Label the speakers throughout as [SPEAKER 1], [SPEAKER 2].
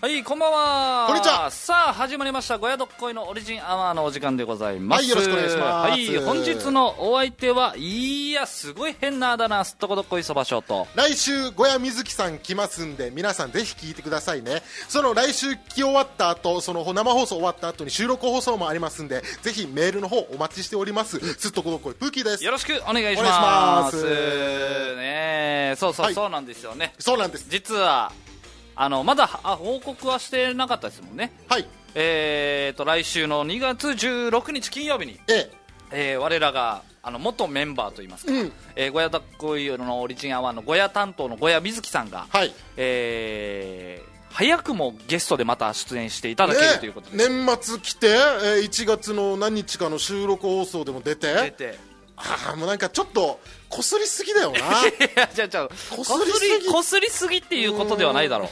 [SPEAKER 1] はい、こんばんは。
[SPEAKER 2] こんにちは
[SPEAKER 1] さあ、始まりました。ごやどっこいのオリジンアワーのお時間でございます。
[SPEAKER 2] はいよろしくお願いします
[SPEAKER 1] はい、本日のお相手は、いや、すごい変なあだな、すっとこどっこいそばショート。
[SPEAKER 2] 来週小谷瑞希さん来ますんで皆さんぜひ聞いてくださいねその来週聞き終わった後その生放送終わった後に収録放送もありますんでぜひメールの方お待ちしておりますすっとこどっこいプーキーです
[SPEAKER 1] よろしくお願いし
[SPEAKER 2] お願
[SPEAKER 1] ま
[SPEAKER 2] いし
[SPEAKER 1] す。
[SPEAKER 2] ます
[SPEAKER 1] ねえそうそう、
[SPEAKER 2] はい
[SPEAKER 1] そうなんですよね。
[SPEAKER 2] そうなんです
[SPEAKER 1] 実は、あの、まだ、あ、報告はしてなかったですもんね。
[SPEAKER 2] はい
[SPEAKER 1] えーと、来週の2月16日金曜日に、
[SPEAKER 2] え
[SPEAKER 1] えー我らがあの元メンバーといいますか、
[SPEAKER 2] うん
[SPEAKER 1] えー、ゴヤダッコイのオリジンアワーのゴヤ担当のゴヤみずきさんが、
[SPEAKER 2] はい
[SPEAKER 1] えー早くもゲストでまた出演していただけるということで、
[SPEAKER 2] ね年末来て、えー1月の何日かの収録放送でも出て
[SPEAKER 1] 出て
[SPEAKER 2] ああもうなんかちょっとこすりすぎだ よな
[SPEAKER 1] いやじゃあじゃあこ
[SPEAKER 2] こ
[SPEAKER 1] す
[SPEAKER 2] すりすぎ
[SPEAKER 1] りこすりすぎっていうことではないだろ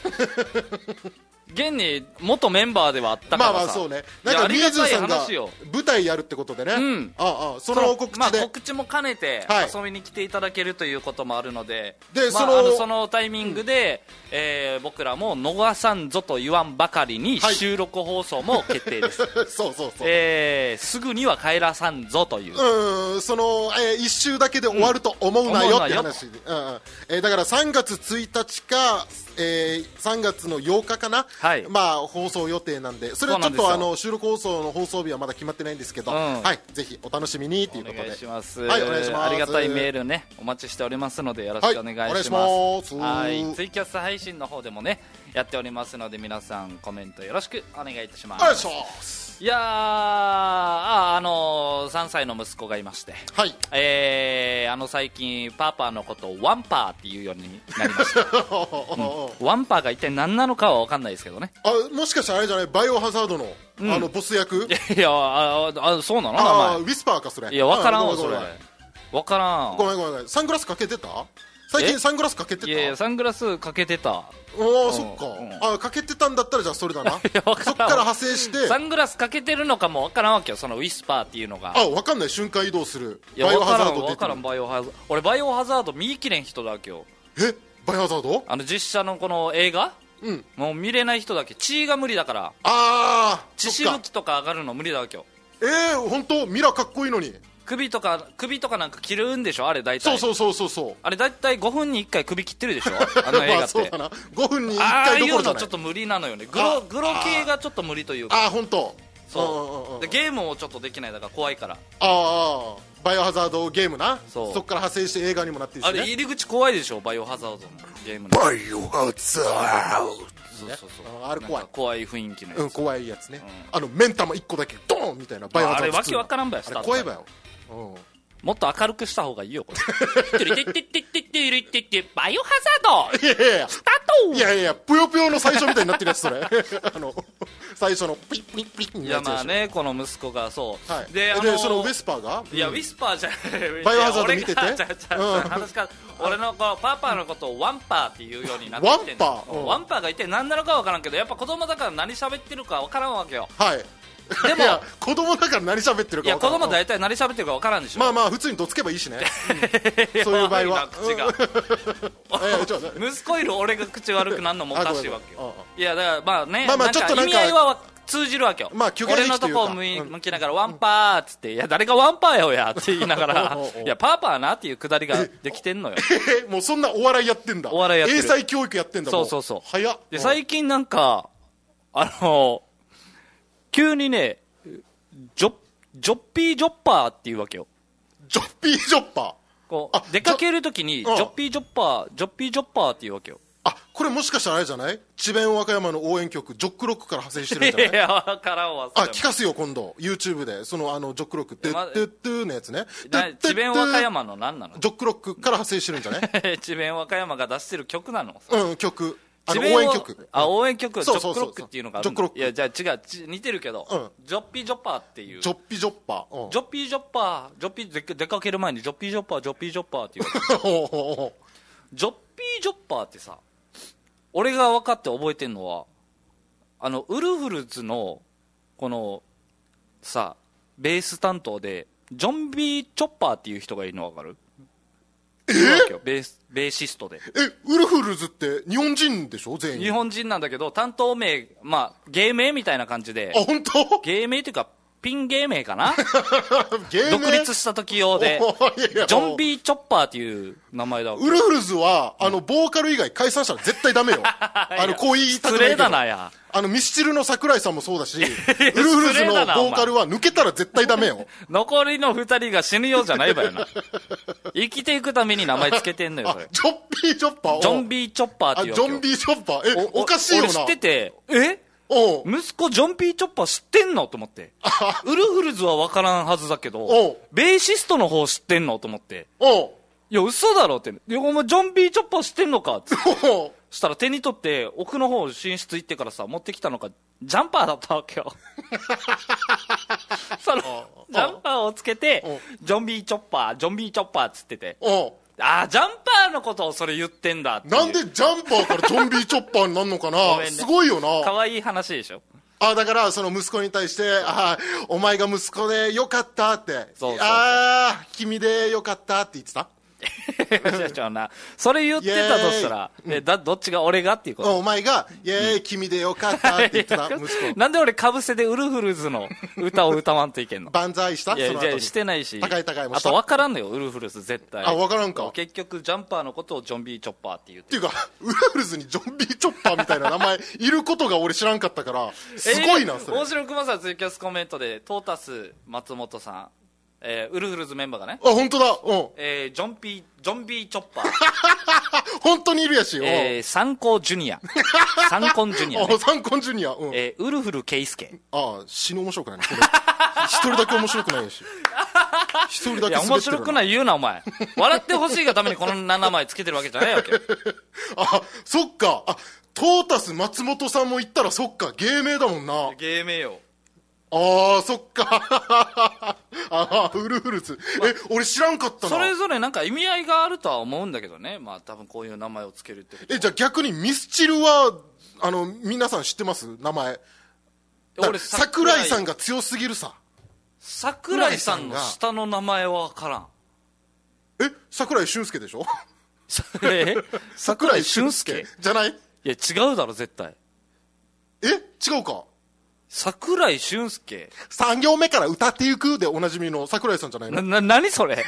[SPEAKER 1] う現に元メンバーではあったから
[SPEAKER 2] ま
[SPEAKER 1] さ
[SPEAKER 2] あまあそうね
[SPEAKER 1] い
[SPEAKER 2] なん
[SPEAKER 1] やあ
[SPEAKER 2] か
[SPEAKER 1] り
[SPEAKER 2] み
[SPEAKER 1] が
[SPEAKER 2] ーず
[SPEAKER 1] た
[SPEAKER 2] ー
[SPEAKER 1] い
[SPEAKER 2] さんが
[SPEAKER 1] 話よ
[SPEAKER 2] 舞台やるってことでね、
[SPEAKER 1] うん
[SPEAKER 2] ああその告
[SPEAKER 1] ま
[SPEAKER 2] 知
[SPEAKER 1] あ、
[SPEAKER 2] で、
[SPEAKER 1] 告知も兼ねて
[SPEAKER 2] はい
[SPEAKER 1] 遊びに来ていただけるということもあるので、
[SPEAKER 2] で
[SPEAKER 1] まあ
[SPEAKER 2] その
[SPEAKER 1] あのそのタイミングで、えー僕らも逃さんぞと言わんばかりに
[SPEAKER 2] はい
[SPEAKER 1] 収録放送も決定です、
[SPEAKER 2] そうそうそう、
[SPEAKER 1] えーすぐには帰らさんぞという、
[SPEAKER 2] うん、その、えー一周だけで終わると思うなよ
[SPEAKER 1] うん
[SPEAKER 2] って話、うんうんえーだから3月1日か、えー3月の8日かな、
[SPEAKER 1] はい
[SPEAKER 2] まあ、放送予定なんで、それはちょっ
[SPEAKER 1] そう
[SPEAKER 2] と
[SPEAKER 1] な
[SPEAKER 2] あ
[SPEAKER 1] んですよ
[SPEAKER 2] の収録放送の放送日はまだ決まってないんですけど、
[SPEAKER 1] うん
[SPEAKER 2] はい、ぜひお楽しみにというこ
[SPEAKER 1] お
[SPEAKER 2] とで、
[SPEAKER 1] 願いします、
[SPEAKER 2] はい、お願いします
[SPEAKER 1] ありがたいメールねお待ちしておりますのでよろしくお願いします,、
[SPEAKER 2] はいお願いします
[SPEAKER 1] はいツイキャス配信の方でもねやっておりますので皆さんコメントよろしくお願いいたしま
[SPEAKER 2] お願い
[SPEAKER 1] す
[SPEAKER 2] します。
[SPEAKER 1] いやーああのー、3歳の息子がいまして
[SPEAKER 2] はい、
[SPEAKER 1] えーあの最近パーパーのことをワンパーっていうようになりま したワンパーが一体何なのかは分かんないですけどね
[SPEAKER 2] あもしかしたらあれじゃない、バイオハザードの,、あのボス役
[SPEAKER 1] い、やいやあああそうなの名
[SPEAKER 2] あーウィスパーか、それ。
[SPEAKER 1] 前いや分からん
[SPEAKER 2] あ
[SPEAKER 1] わ
[SPEAKER 2] ご
[SPEAKER 1] そ
[SPEAKER 2] め
[SPEAKER 1] れ
[SPEAKER 2] ごめん
[SPEAKER 1] 分からん
[SPEAKER 2] ごめんごめんごめんサングラスかけてた最
[SPEAKER 1] え
[SPEAKER 2] 近サングラスかけてた
[SPEAKER 1] いやいやサングラスかけてた
[SPEAKER 2] お
[SPEAKER 1] ん
[SPEAKER 2] おそっか、
[SPEAKER 1] う
[SPEAKER 2] あかけてたんだったらじゃあそ れだな
[SPEAKER 1] やわからん
[SPEAKER 2] そっから派生して
[SPEAKER 1] サングラスかけてるのかも分からんわけよそのウィスパーっていうのが
[SPEAKER 2] あわかんない瞬間移動する
[SPEAKER 1] いや
[SPEAKER 2] バイオ
[SPEAKER 1] 分
[SPEAKER 2] ハ
[SPEAKER 1] か
[SPEAKER 2] ザ
[SPEAKER 1] らん
[SPEAKER 2] ード
[SPEAKER 1] 分
[SPEAKER 2] 出て
[SPEAKER 1] からんバイオハザード俺バイオハザード見きれん人だわけよ
[SPEAKER 2] るえバイオハザード
[SPEAKER 1] あの実写のこの映画
[SPEAKER 2] うん
[SPEAKER 1] もう見れない人だわけ血が無理だから
[SPEAKER 2] ああ
[SPEAKER 1] 血し
[SPEAKER 2] そっ
[SPEAKER 1] ぶ
[SPEAKER 2] か
[SPEAKER 1] きとか上がるの無理だわけよ
[SPEAKER 2] えー、本当ミラかっこいいのに
[SPEAKER 1] 首とか首とかなんか切るんでしょあれ大体
[SPEAKER 2] そうそうそうそうそう
[SPEAKER 1] あれ大体5分に1回首切ってるでしょあの映
[SPEAKER 2] ま
[SPEAKER 1] 画
[SPEAKER 2] あ
[SPEAKER 1] っ
[SPEAKER 2] そう
[SPEAKER 1] て
[SPEAKER 2] だな5分に1
[SPEAKER 1] ああ
[SPEAKER 2] 回
[SPEAKER 1] い
[SPEAKER 2] どこ
[SPEAKER 1] う
[SPEAKER 2] ろじゃ
[SPEAKER 1] の
[SPEAKER 2] な
[SPEAKER 1] ち
[SPEAKER 2] い
[SPEAKER 1] ょっと無理なのよねグロ
[SPEAKER 2] あ
[SPEAKER 1] グロ系がちょっと無理というか
[SPEAKER 2] ああ本当
[SPEAKER 1] そ
[SPEAKER 2] んんん
[SPEAKER 1] うでゲームをちょっとできないだから怖いから
[SPEAKER 2] ああバイオハザードゲームな
[SPEAKER 1] そう
[SPEAKER 2] そっから派生して映画にもなってる
[SPEAKER 1] あ
[SPEAKER 2] し
[SPEAKER 1] れ
[SPEAKER 2] ね
[SPEAKER 1] 入り口怖いでしょバイオハザードのゲームの
[SPEAKER 2] バイオハザード
[SPEAKER 1] そうそうそう
[SPEAKER 2] ああれ怖
[SPEAKER 1] なん
[SPEAKER 2] い
[SPEAKER 1] か怖い雰囲気のやつ
[SPEAKER 2] うん、怖いやつね、あの目ん玉1個だけドーンみたいなバイオハザード
[SPEAKER 1] あれわけわからんばよ
[SPEAKER 2] あ
[SPEAKER 1] ス
[SPEAKER 2] れ
[SPEAKER 1] タート
[SPEAKER 2] 怖いばよ、うん、
[SPEAKER 1] もっと明るくした方がいいよこれてりてってってってってりてってバイオハザード
[SPEAKER 2] いやいやいや
[SPEAKER 1] スタート
[SPEAKER 2] いやいやいやぷよぷよの最初みたいになってるやつ それあの最初のピッピッピッみ
[SPEAKER 1] い
[SPEAKER 2] た
[SPEAKER 1] や
[SPEAKER 2] いなや
[SPEAKER 1] まあ
[SPEAKER 2] つでし
[SPEAKER 1] ねこの息子がそう、
[SPEAKER 2] ょはい、
[SPEAKER 1] で
[SPEAKER 2] で
[SPEAKER 1] あの
[SPEAKER 2] そのウェスパーが
[SPEAKER 1] いや、
[SPEAKER 2] うん
[SPEAKER 1] ウィスパーじゃない
[SPEAKER 2] バイオハザード見てて
[SPEAKER 1] いや俺が違う違う違う
[SPEAKER 2] うん
[SPEAKER 1] 話から俺のこのパーパーのことをワンパーっていうようになってきてんの
[SPEAKER 2] ワンパーうん
[SPEAKER 1] ワンパーが一体何なのか分からんけどやっぱ子供だから何喋ってるか分からんわけよ
[SPEAKER 2] はい
[SPEAKER 1] で
[SPEAKER 2] いや
[SPEAKER 1] も
[SPEAKER 2] 子供だから何喋ってる
[SPEAKER 1] い
[SPEAKER 2] か
[SPEAKER 1] や
[SPEAKER 2] 分か
[SPEAKER 1] 子
[SPEAKER 2] らん
[SPEAKER 1] 供大体何喋ってるか分からんでしょ
[SPEAKER 2] まあまあ普通にどつけばいいし ね、うんそういう場合は
[SPEAKER 1] 悪いな口
[SPEAKER 2] うんいやちょっと
[SPEAKER 1] が息子いる俺が口悪くなんのもおかしいわけ
[SPEAKER 2] あごめ
[SPEAKER 1] よ
[SPEAKER 2] んごめん
[SPEAKER 1] いやだからまあね
[SPEAKER 2] まあまあ
[SPEAKER 1] なんか
[SPEAKER 2] ちょっとなん
[SPEAKER 1] 意
[SPEAKER 2] か
[SPEAKER 1] 味合いは通じるわけよ
[SPEAKER 2] まあ虚言
[SPEAKER 1] 俺
[SPEAKER 2] 癖
[SPEAKER 1] の
[SPEAKER 2] と
[SPEAKER 1] と
[SPEAKER 2] いうか
[SPEAKER 1] こを向い
[SPEAKER 2] うん
[SPEAKER 1] 向きながらワンパーっつっていや誰がワンパーよやって言いながら
[SPEAKER 2] おうおうおう
[SPEAKER 1] いやパーパーなっていうくだりができてんのよ
[SPEAKER 2] えもうそんなお笑いやってんだ
[SPEAKER 1] お笑いやってる
[SPEAKER 2] 英才教育やってんだ
[SPEAKER 1] そ
[SPEAKER 2] も
[SPEAKER 1] うそうそう
[SPEAKER 2] 早っ
[SPEAKER 1] で
[SPEAKER 2] うん
[SPEAKER 1] 最近なんかあの急にねジョジョッピージョッパーっていうわけよ
[SPEAKER 2] ジョッピージョッパー
[SPEAKER 1] こ
[SPEAKER 2] あ
[SPEAKER 1] う出かけるときにジ
[SPEAKER 2] ジョうん
[SPEAKER 1] ョッピージョッパージョッピージョッパーっていうわけよ
[SPEAKER 2] あこれもしかしたらあれじゃない智弁和歌山の応援曲ジョックロックから派生して るんじゃない
[SPEAKER 1] いやわからんわ
[SPEAKER 2] あ
[SPEAKER 1] それも
[SPEAKER 2] 聞かすよ今度 YouTube でそのあのジョックロック「トゥ
[SPEAKER 1] ま
[SPEAKER 2] ットゥットゥ」のやつね
[SPEAKER 1] な
[SPEAKER 2] トゥ
[SPEAKER 1] 智
[SPEAKER 2] ットゥ
[SPEAKER 1] 弁
[SPEAKER 2] ッ
[SPEAKER 1] 和歌山の何なの
[SPEAKER 2] ジョックロックから派生してるんじゃない
[SPEAKER 1] 智弁和歌山が出してる曲なの
[SPEAKER 2] うん曲あの
[SPEAKER 1] 智弁
[SPEAKER 2] 応援
[SPEAKER 1] 和
[SPEAKER 2] 曲
[SPEAKER 1] あ応援曲ジョ
[SPEAKER 2] そう
[SPEAKER 1] ッ
[SPEAKER 2] そ
[SPEAKER 1] クロ
[SPEAKER 2] うそうそう
[SPEAKER 1] ックっていうのがあるんだ
[SPEAKER 2] ジョックロック
[SPEAKER 1] いやじゃあ違うち似てるけどジョッピージョッパーっていう
[SPEAKER 2] ジョッピジョッパーうん
[SPEAKER 1] ジョッピージョッパージョッピーで出かける前にジョッピージョッパージョッピージョッパーっていう
[SPEAKER 2] ほうほうほう
[SPEAKER 1] ジョッピージョッパーってさ、俺が分かって覚えてんのは、あの、ウルフルズの、この、さ、ベース担当で、ジョンビー・チョッパーっていう人がいるの分かるいるわけよベースベーシストで
[SPEAKER 2] えウルフルズって日本人でしょ全員
[SPEAKER 1] 日本人なんだけど担当名まあ芸名みたいな感じで
[SPEAKER 2] あ本当
[SPEAKER 1] 芸名というかピン芸名かな
[SPEAKER 2] 芸
[SPEAKER 1] 独立した時用で
[SPEAKER 2] おーいやいや
[SPEAKER 1] ジョン・ビー・チョッパーっていう名前だわ
[SPEAKER 2] ウルフルズは、あの、ボーカル以外解散したら絶対ダメよ。あの、こう言いた
[SPEAKER 1] 失
[SPEAKER 2] くないけ
[SPEAKER 1] 礼
[SPEAKER 2] ど
[SPEAKER 1] だなや
[SPEAKER 2] あの、ミスチルの桜井さんもそうだし、ウルフルズ
[SPEAKER 1] 失礼
[SPEAKER 2] の
[SPEAKER 1] だなお前
[SPEAKER 2] ボーカルは抜けたら絶対ダメ よ。
[SPEAKER 1] 残りの二人が死ぬようじゃないば よな生きていくために名前つけてんのよ
[SPEAKER 2] あ
[SPEAKER 1] それ、
[SPEAKER 2] ジョンビー・ジョッパーを
[SPEAKER 1] ジョン・ビー・チョッパーって
[SPEAKER 2] あ、
[SPEAKER 1] い
[SPEAKER 2] ジ
[SPEAKER 1] う
[SPEAKER 2] ョン
[SPEAKER 1] ー
[SPEAKER 2] ビー・ジョッパー。え、おかしいよ
[SPEAKER 1] 俺知
[SPEAKER 2] な
[SPEAKER 1] っ。ててえ
[SPEAKER 2] おう
[SPEAKER 1] 息子ジョン・ピー・チョッパー知ってんのと思ってウルフルズは分からんはずだけ
[SPEAKER 2] おう
[SPEAKER 1] どベーシストの方知ってんのと思って
[SPEAKER 2] おう
[SPEAKER 1] いや嘘だろっていやお前ジョン・ピー・チョッパー知ってんのかって
[SPEAKER 2] おう
[SPEAKER 1] したら手に取って奥の方寝室行ってからさ持ってきたのがジャンパーだったわけ よそのジャンパーをつけてジョンビーチョッパージョンビーチョッパーっつってて
[SPEAKER 2] おう
[SPEAKER 1] ああジャンパーのことをそれ言ってんだっていう
[SPEAKER 2] なんでジャンパーからジョンビー・チョッパーになるのかな、
[SPEAKER 1] ごめんね
[SPEAKER 2] すごいよな。
[SPEAKER 1] 可愛い話でしょ
[SPEAKER 2] あ、だから、その息子に対して、あお前が息子でよかったって。
[SPEAKER 1] そうそう
[SPEAKER 2] ああ、君でよかったって言ってた
[SPEAKER 1] 社長なそれ言ってたとしたらえだどっちが俺がっていうこ
[SPEAKER 2] うん
[SPEAKER 1] と
[SPEAKER 2] お前が、イエーイ、君でよかったって言っ てた息子。
[SPEAKER 1] なんで俺かぶせでウルフルズの歌を歌わんといけん の
[SPEAKER 2] 万歳した
[SPEAKER 1] い
[SPEAKER 2] そ
[SPEAKER 1] や
[SPEAKER 2] の
[SPEAKER 1] じ
[SPEAKER 2] 後
[SPEAKER 1] ゃあ
[SPEAKER 2] に
[SPEAKER 1] してないし
[SPEAKER 2] 高い高いも
[SPEAKER 1] あ
[SPEAKER 2] した
[SPEAKER 1] と分からんのよウルフルズ絶対
[SPEAKER 2] あ分からんか
[SPEAKER 1] 結局ジャンパーのことをジョンビー・チョッパーって言う
[SPEAKER 2] っていうか、ウルフルズにジョンビー・チョッパーみたいな名前いることが俺知らんかったから、すごいな、それ。
[SPEAKER 1] 大
[SPEAKER 2] あ、
[SPEAKER 1] 城熊さんツイキャスコメントでトータス松本さん、えーウルフルズメンバーがね、
[SPEAKER 2] 本当だ。うん。
[SPEAKER 1] えージョンピージョンビー・チョッパー、
[SPEAKER 2] 本当にいるやし。うん
[SPEAKER 1] えー、サンコージュニ アサンコンジュニア、
[SPEAKER 2] あ、
[SPEAKER 1] ね
[SPEAKER 2] サンコンジュニア。うん。
[SPEAKER 1] えーウルフル・ケイスケ
[SPEAKER 2] あ、死ぬ面白くないねこれ一人だけ面白くない し。一人だ
[SPEAKER 1] い
[SPEAKER 2] け
[SPEAKER 1] や
[SPEAKER 2] 滑
[SPEAKER 1] 面
[SPEAKER 2] ってる。
[SPEAKER 1] 白くないい言うなお前笑ってほしいがためにこの7枚つけてるわけじゃないわけ
[SPEAKER 2] あ、そっか。あ、トータス松本さんも言ったらそっか、芸名だもんな。
[SPEAKER 1] 芸名よ
[SPEAKER 2] ああ、そっか。 ああ、ウルフルズ。え、俺知らんかったな。
[SPEAKER 1] それぞれなんか意味合いがあるとは思うんだけどねまあ多分こういう名前をつけるってこと
[SPEAKER 2] え、じゃあ逆にミスチルは、あの、皆さん知ってます名前。
[SPEAKER 1] 俺
[SPEAKER 2] 桜井さんが強すぎるさ。
[SPEAKER 1] 桜井さんの下の名前は分から ん
[SPEAKER 2] え、桜井俊介でしょ
[SPEAKER 1] え桜井俊介
[SPEAKER 2] じゃない
[SPEAKER 1] いや違うだろ絶対
[SPEAKER 2] え違うか
[SPEAKER 1] 桜井俊介
[SPEAKER 2] 三行目から歌っていくでおなじみの桜井さんじゃない
[SPEAKER 1] な
[SPEAKER 2] の
[SPEAKER 1] な何それ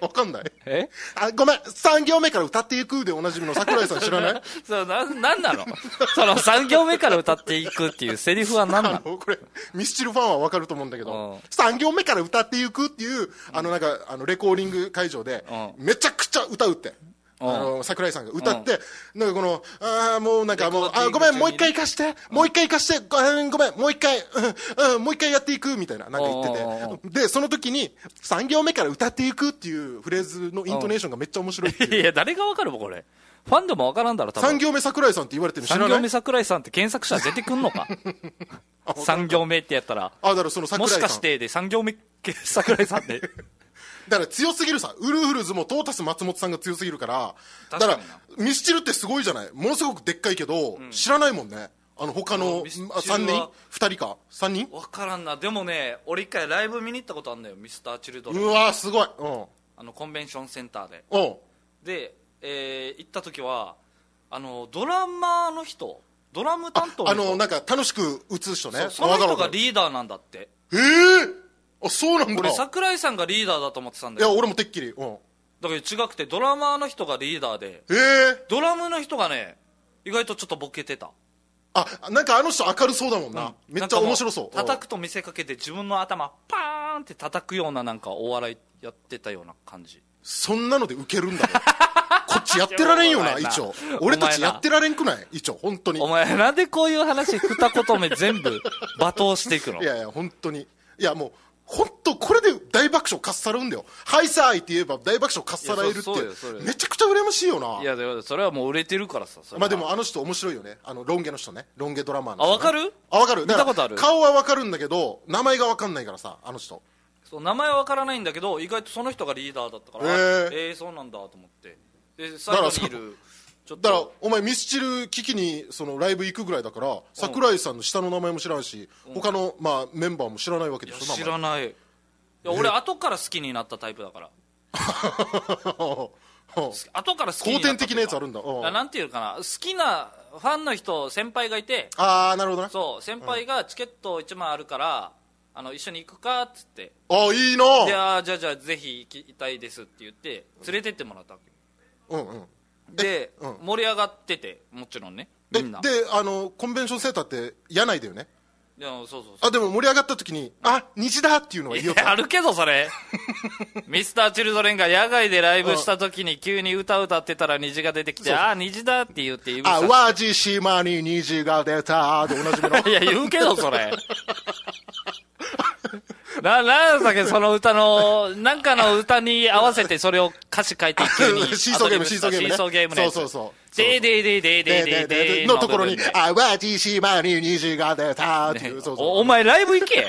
[SPEAKER 2] わかんない
[SPEAKER 1] え
[SPEAKER 2] あ、ごめん。三行目から歌っていくでおなじみの桜井さん知らない
[SPEAKER 1] そうななんなのその3行目から歌っていくっていうセリフは何な
[SPEAKER 2] あ
[SPEAKER 1] の
[SPEAKER 2] の、これ、ミスチルファンはわかると思うんだけど
[SPEAKER 1] う、
[SPEAKER 2] 三行目から歌っていくっていう、あの、なんか、あの、レコーディング会場で、
[SPEAKER 1] う
[SPEAKER 2] めちゃくちゃ歌うって。
[SPEAKER 1] うん
[SPEAKER 2] あの、桜井さんが歌って、なんかこの、ああ、もうなんかも
[SPEAKER 1] レ
[SPEAKER 2] う、
[SPEAKER 1] コーディング
[SPEAKER 2] あごめん、
[SPEAKER 1] 中に
[SPEAKER 2] もう一回行かして、もう一回行かして、ごめん、ごめんもう一回、うん、うん、もう一回やっていく、みたいな、なんか言
[SPEAKER 1] うんうん
[SPEAKER 2] ってて。で、その時に、三行目から歌っていくっていうフレーズのイントネーションがめっちゃ面白いっていう。
[SPEAKER 1] いや誰が分かるもんこれファンでも分からんだろ 多
[SPEAKER 2] 三
[SPEAKER 1] 分
[SPEAKER 2] 行目桜井さんって言われてるの知ら
[SPEAKER 1] 3
[SPEAKER 2] な
[SPEAKER 1] 行
[SPEAKER 2] い
[SPEAKER 1] 目桜井さんって検索したら出てくんのか3行目ってやったら
[SPEAKER 2] あ、だからその
[SPEAKER 1] も
[SPEAKER 2] 桜井さ
[SPEAKER 1] し
[SPEAKER 2] ん。
[SPEAKER 1] かしてで3行目桜井さんで
[SPEAKER 2] だから強すぎるさ、ウルフルズもトータス松本さんが強すぎるから、だ
[SPEAKER 1] 確
[SPEAKER 2] か
[SPEAKER 1] からにな
[SPEAKER 2] ミスチルってすごいじゃない、ものすごくでっかいけど、知らないもんね、あの他
[SPEAKER 1] う
[SPEAKER 2] の
[SPEAKER 1] んミスチルは
[SPEAKER 2] あ3人、2人か、3人
[SPEAKER 1] 分からんなでもね俺一回ライブ見に行ったことあんだよミスターチルドレン
[SPEAKER 2] うわー、すごい、うん、
[SPEAKER 1] あのコンベンションセンターで
[SPEAKER 2] うん、
[SPEAKER 1] で、えー行った時はあのドラマーの人ドラム担当の
[SPEAKER 2] あ
[SPEAKER 1] 人
[SPEAKER 2] のなんか楽しく映す人ね、
[SPEAKER 1] そうその人が
[SPEAKER 2] ー
[SPEAKER 1] リーダーなんだって
[SPEAKER 2] えー、あそうなんだ、
[SPEAKER 1] 俺
[SPEAKER 2] い
[SPEAKER 1] 桜井さんがリーダーだと思ってたんだ
[SPEAKER 2] や、
[SPEAKER 1] よ
[SPEAKER 2] 俺もてっきり、うん、
[SPEAKER 1] だけど違くてドラマーの人がリーダーで
[SPEAKER 2] えー、
[SPEAKER 1] ドラムの人がね意外とちょっとボケてた
[SPEAKER 2] あなんかあの人、明るそうだもんな、めっちゃ面白そう、
[SPEAKER 1] なんかもう叩
[SPEAKER 2] く
[SPEAKER 1] くと見せかけて自分の頭パーンって叩くようななんかお笑いやってたような感じ
[SPEAKER 2] そんなのでウケるんだよこっちやってられん よ
[SPEAKER 1] いや
[SPEAKER 2] な、
[SPEAKER 1] お前な
[SPEAKER 2] 一応、俺た
[SPEAKER 1] お前
[SPEAKER 2] ち
[SPEAKER 1] な
[SPEAKER 2] やってられんくない、一応、本当に
[SPEAKER 1] お。前なんでこういう話二言目全部罵倒していくの
[SPEAKER 2] いやいや、本当に。いや、もう、本当これで大爆笑かっさらうんだよ。ハイサーイって言えば大爆笑かっさらえるっ
[SPEAKER 1] いやそうそうよそ
[SPEAKER 2] て
[SPEAKER 1] うよ、
[SPEAKER 2] めちゃくちゃ羨ましいよな。
[SPEAKER 1] いやでもそれはもう売れてるからさそれは
[SPEAKER 2] まあでもあの人面白いよね。あの、ロン毛の人ね。ロン毛ドラマーの
[SPEAKER 1] あ
[SPEAKER 2] 人ね、
[SPEAKER 1] わかる
[SPEAKER 2] あ、わかる。
[SPEAKER 1] 見たことある
[SPEAKER 2] だから顔はわかるんだけど、名前がわかんないからさ、あの人。
[SPEAKER 1] そう名前はわからないんだけど意外とその人がリーダーだったから
[SPEAKER 2] へー
[SPEAKER 1] あえーそうなんだと思ってで最後にいるちょっ
[SPEAKER 2] だから
[SPEAKER 1] と、
[SPEAKER 2] お前ミスチル聞きに、その、ライブ行くぐらいだから、桜井さんの下の名前も知らんし、他の、まあ、メンバーも知らないわけでしょ、
[SPEAKER 1] 知らないいや俺後から好きになったタイプだから
[SPEAKER 2] 名前 うん
[SPEAKER 1] 後から好きにな
[SPEAKER 2] 後
[SPEAKER 1] った
[SPEAKER 2] 天的なやつあ
[SPEAKER 1] る
[SPEAKER 2] るんだ、うん
[SPEAKER 1] なんていうかな好きなファンの人先輩がいて
[SPEAKER 2] ああなるほどな
[SPEAKER 1] そう先輩がチケット1枚あるから、あの一緒に行くかっつって
[SPEAKER 2] ああいいな
[SPEAKER 1] であーじゃあじゃあぜひ行きたいですって言って連れてってもらったわけ
[SPEAKER 2] うんうん
[SPEAKER 1] で、
[SPEAKER 2] うん
[SPEAKER 1] 盛り上がっててもちろんねみ
[SPEAKER 2] で
[SPEAKER 1] んな
[SPEAKER 2] であのコンベンションセーターって屋内だよね
[SPEAKER 1] いやそうそうそう
[SPEAKER 2] あでも盛り上がった時にあ西だっていうのがいい
[SPEAKER 1] い
[SPEAKER 2] よ
[SPEAKER 1] やあるけどそれミスターチルドレンが野外でライブした時に急に歌歌ってたら虹が出てきてああー虹だって言って指さ
[SPEAKER 2] あ
[SPEAKER 1] して
[SPEAKER 2] 淡路島に虹が出たでおなじ みの。
[SPEAKER 1] いや、言うけど、それ。な、なんだっけ、その歌の、なんかの歌に合わせてそれを歌詞書いて急に
[SPEAKER 2] シーソーゲームシーソーゲームね
[SPEAKER 1] シーソーゲームのやつ
[SPEAKER 2] そうそうそう
[SPEAKER 1] でででででで
[SPEAKER 2] でで
[SPEAKER 1] で
[SPEAKER 2] でのところに
[SPEAKER 1] 部分で
[SPEAKER 2] 淡路島に虹が出たっていうそう
[SPEAKER 1] お
[SPEAKER 2] そう
[SPEAKER 1] お前ライブ行け。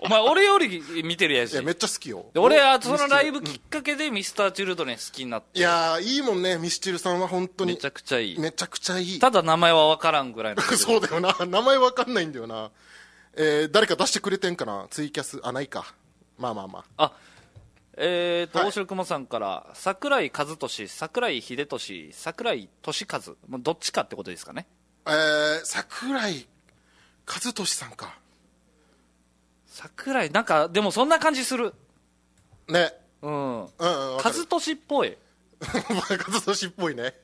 [SPEAKER 1] お前俺より見てるやし
[SPEAKER 2] いや。めっちゃ好きよ
[SPEAKER 1] で俺はそのライブきっかけでミスターチルドレン好きになっ
[SPEAKER 2] い
[SPEAKER 1] て、
[SPEAKER 2] やーいいもんねミスチルさんは本当
[SPEAKER 1] め
[SPEAKER 2] に
[SPEAKER 1] ちゃくちゃいい。
[SPEAKER 2] めちゃくちゃいい
[SPEAKER 1] ただ名前はわからんぐらいの。
[SPEAKER 2] そうだよな、名前わかんないんだよな、えー誰か出してくれてんかな、ツイキャス、あ、ないか、まあまあま
[SPEAKER 1] あえーと、
[SPEAKER 2] はい
[SPEAKER 1] 大城熊さんから桜井和俊桜井秀俊桜井俊和もうどっちかってことですかね
[SPEAKER 2] あ、えー、桜井和俊さんか、
[SPEAKER 1] 桜井なんかでもそんな感じする
[SPEAKER 2] ね、
[SPEAKER 1] うん和
[SPEAKER 2] うんうん、わかる
[SPEAKER 1] 俊っぽい
[SPEAKER 2] 和俊っぽいね、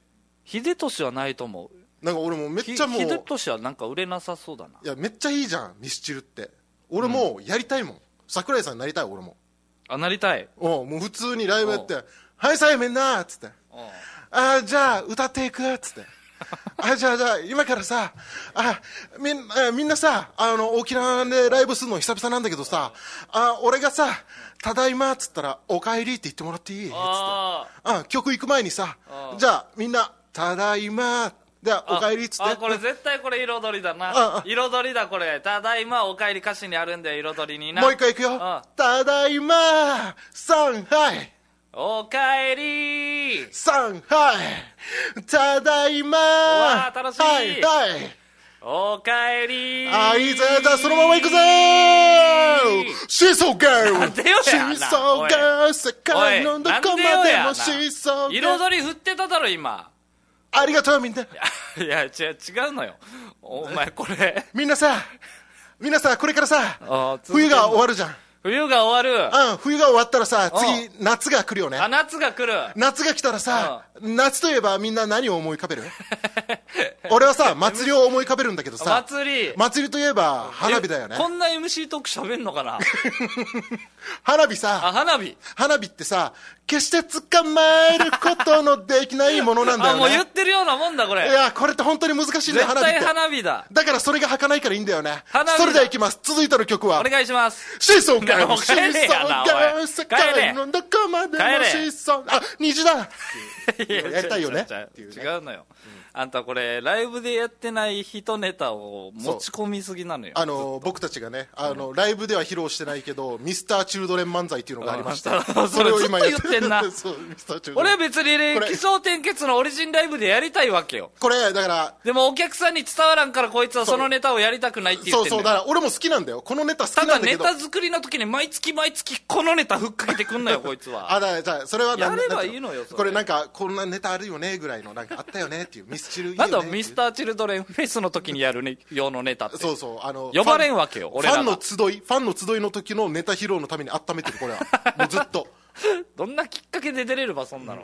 [SPEAKER 1] 秀俊はないと思う
[SPEAKER 2] なんか俺もうめっ
[SPEAKER 1] ひ
[SPEAKER 2] ちゃもう、
[SPEAKER 1] 秀
[SPEAKER 2] い
[SPEAKER 1] 俊はなんか売れなさそうだな
[SPEAKER 2] や、めっちゃいいじゃん、ミスチルって、俺もうやりたいもん、桜井さんになりたい、俺も、
[SPEAKER 1] あなりたい
[SPEAKER 2] うんもう普通にライブやって、はい、さあ、みんなーっつって。あーじゃあ歌っていくっつって あじゃあじゃあ今からさあみんあみんなさあの沖縄でライブするの久々なんだけどさあ俺がさ「ただいま」っつったら「おかえり」って言ってもらっていいっつって
[SPEAKER 1] あ
[SPEAKER 2] あ曲行く前にさ
[SPEAKER 1] あ
[SPEAKER 2] じゃあみんな「ただいま」で「おかえり」っつって
[SPEAKER 1] あこれ絶対これ彩りだ
[SPEAKER 2] あ
[SPEAKER 1] な
[SPEAKER 2] あ
[SPEAKER 1] 彩りだこれただいまお帰り歌詞にあるんで彩りにな
[SPEAKER 2] もう一回行くよ
[SPEAKER 1] あ
[SPEAKER 2] 「ただいま」「さんはい」
[SPEAKER 1] おかえり
[SPEAKER 2] 「さんはい」「ただいま」
[SPEAKER 1] わー楽しい
[SPEAKER 2] はいはい」
[SPEAKER 1] おかえり
[SPEAKER 2] あーいいぜじゃあそのまま行くぜーシーソーゲ
[SPEAKER 1] な
[SPEAKER 2] ー
[SPEAKER 1] んでよやな
[SPEAKER 2] シーソーゲー世
[SPEAKER 1] お
[SPEAKER 2] 界
[SPEAKER 1] い、な
[SPEAKER 2] の
[SPEAKER 1] ん
[SPEAKER 2] ど
[SPEAKER 1] で
[SPEAKER 2] こま
[SPEAKER 1] よ
[SPEAKER 2] で
[SPEAKER 1] やな
[SPEAKER 2] もシーソーゲー
[SPEAKER 1] 彩り振ってただろ、今。
[SPEAKER 2] ありがとうみんない
[SPEAKER 1] や、違う、違うのよ。お前、これ。
[SPEAKER 2] みんなさみんなさこれから
[SPEAKER 1] あ
[SPEAKER 2] さ
[SPEAKER 1] ー続け
[SPEAKER 2] 冬
[SPEAKER 1] る
[SPEAKER 2] が終わるじゃん
[SPEAKER 1] 冬が終わる。
[SPEAKER 2] うん冬が終わったらさ
[SPEAKER 1] うん
[SPEAKER 2] 次夏が来るよね
[SPEAKER 1] あ、夏が来る。
[SPEAKER 2] 夏が来たらさ夏といえばみんな何を思い 浮かべる俺はさ祭りを思い浮かべるんだけどさ
[SPEAKER 1] 祭り。
[SPEAKER 2] 祭りといえば花火だよね
[SPEAKER 1] えこんな MC トーク喋んのか な
[SPEAKER 2] 花火さ
[SPEAKER 1] あ、花火。
[SPEAKER 2] 花火ってさ、決して捕まえることのできないものなんだよ、
[SPEAKER 1] あ、
[SPEAKER 2] ね。
[SPEAKER 1] もう言ってるようなもんだ、こ
[SPEAKER 2] い
[SPEAKER 1] れ。
[SPEAKER 2] や、これって本当に難しいんだよ、
[SPEAKER 1] 絶
[SPEAKER 2] 花火って
[SPEAKER 1] 対。花火だ。
[SPEAKER 2] だからそれが儚かないからいいんだよね。
[SPEAKER 1] 花火だ
[SPEAKER 2] それではいきます。続いての曲
[SPEAKER 1] お
[SPEAKER 2] は、
[SPEAKER 1] 願いします。
[SPEAKER 2] シーソーガ
[SPEAKER 1] も
[SPEAKER 2] ー
[SPEAKER 1] う
[SPEAKER 2] ル、
[SPEAKER 1] 帰
[SPEAKER 2] シー
[SPEAKER 1] れ
[SPEAKER 2] ソ
[SPEAKER 1] やな
[SPEAKER 2] ーガ
[SPEAKER 1] お
[SPEAKER 2] ー
[SPEAKER 1] い
[SPEAKER 2] ル、世界のどこまでも
[SPEAKER 1] 帰れ
[SPEAKER 2] シーソー、あ、虹だ
[SPEAKER 1] いや
[SPEAKER 2] やりたいよね
[SPEAKER 1] 違う
[SPEAKER 2] って
[SPEAKER 1] 違
[SPEAKER 2] いうう
[SPEAKER 1] 違
[SPEAKER 2] ね
[SPEAKER 1] う違うのよ。あんたこれ、ライブでやってない人ネタを持ち込みすぎなのよ。
[SPEAKER 2] あの、僕たちがね、あの、ライブでは披露してないけど、ミスター・チルドレン漫才っていうのがありまして
[SPEAKER 1] あ そう、ずっと言ってんな
[SPEAKER 2] そう、ミスター・チルド
[SPEAKER 1] 俺
[SPEAKER 2] レン
[SPEAKER 1] は。別にね
[SPEAKER 2] これ
[SPEAKER 1] 奇想天結のオリジンライブでやりたいわけよ。
[SPEAKER 2] これ、だから、
[SPEAKER 1] でもお客さんに伝わらんからこいつはそのネタをやりたくないって言
[SPEAKER 2] そ
[SPEAKER 1] っ
[SPEAKER 2] う
[SPEAKER 1] てん
[SPEAKER 2] そ
[SPEAKER 1] の
[SPEAKER 2] う、
[SPEAKER 1] よ
[SPEAKER 2] だから俺も好きなんだよ。このネタ好き
[SPEAKER 1] た
[SPEAKER 2] な
[SPEAKER 1] だ
[SPEAKER 2] んだけ
[SPEAKER 1] ネ
[SPEAKER 2] ど。
[SPEAKER 1] タ作りの時に毎月毎月このネタふっかけてくんなよこいつは
[SPEAKER 2] あだじゃあそれはなん
[SPEAKER 1] やればいいのよ
[SPEAKER 2] なんてう
[SPEAKER 1] それ
[SPEAKER 2] これなんかこんなネタあるよねぐらいのなんかあったよねっていうミスチルいいよ
[SPEAKER 1] な
[SPEAKER 2] ね
[SPEAKER 1] ん
[SPEAKER 2] って
[SPEAKER 1] だ
[SPEAKER 2] いう
[SPEAKER 1] ミスター・チルドレンフェスの時にやるね用のネタって
[SPEAKER 2] そうそうあの
[SPEAKER 1] 呼ばれんわけよ
[SPEAKER 2] フ
[SPEAKER 1] 俺ら
[SPEAKER 2] ァ
[SPEAKER 1] が
[SPEAKER 2] ンファンの集いファンの集いの時のネタ披露のために温めてるこれはもうずっと
[SPEAKER 1] どんなきっかけで出れればそんなの、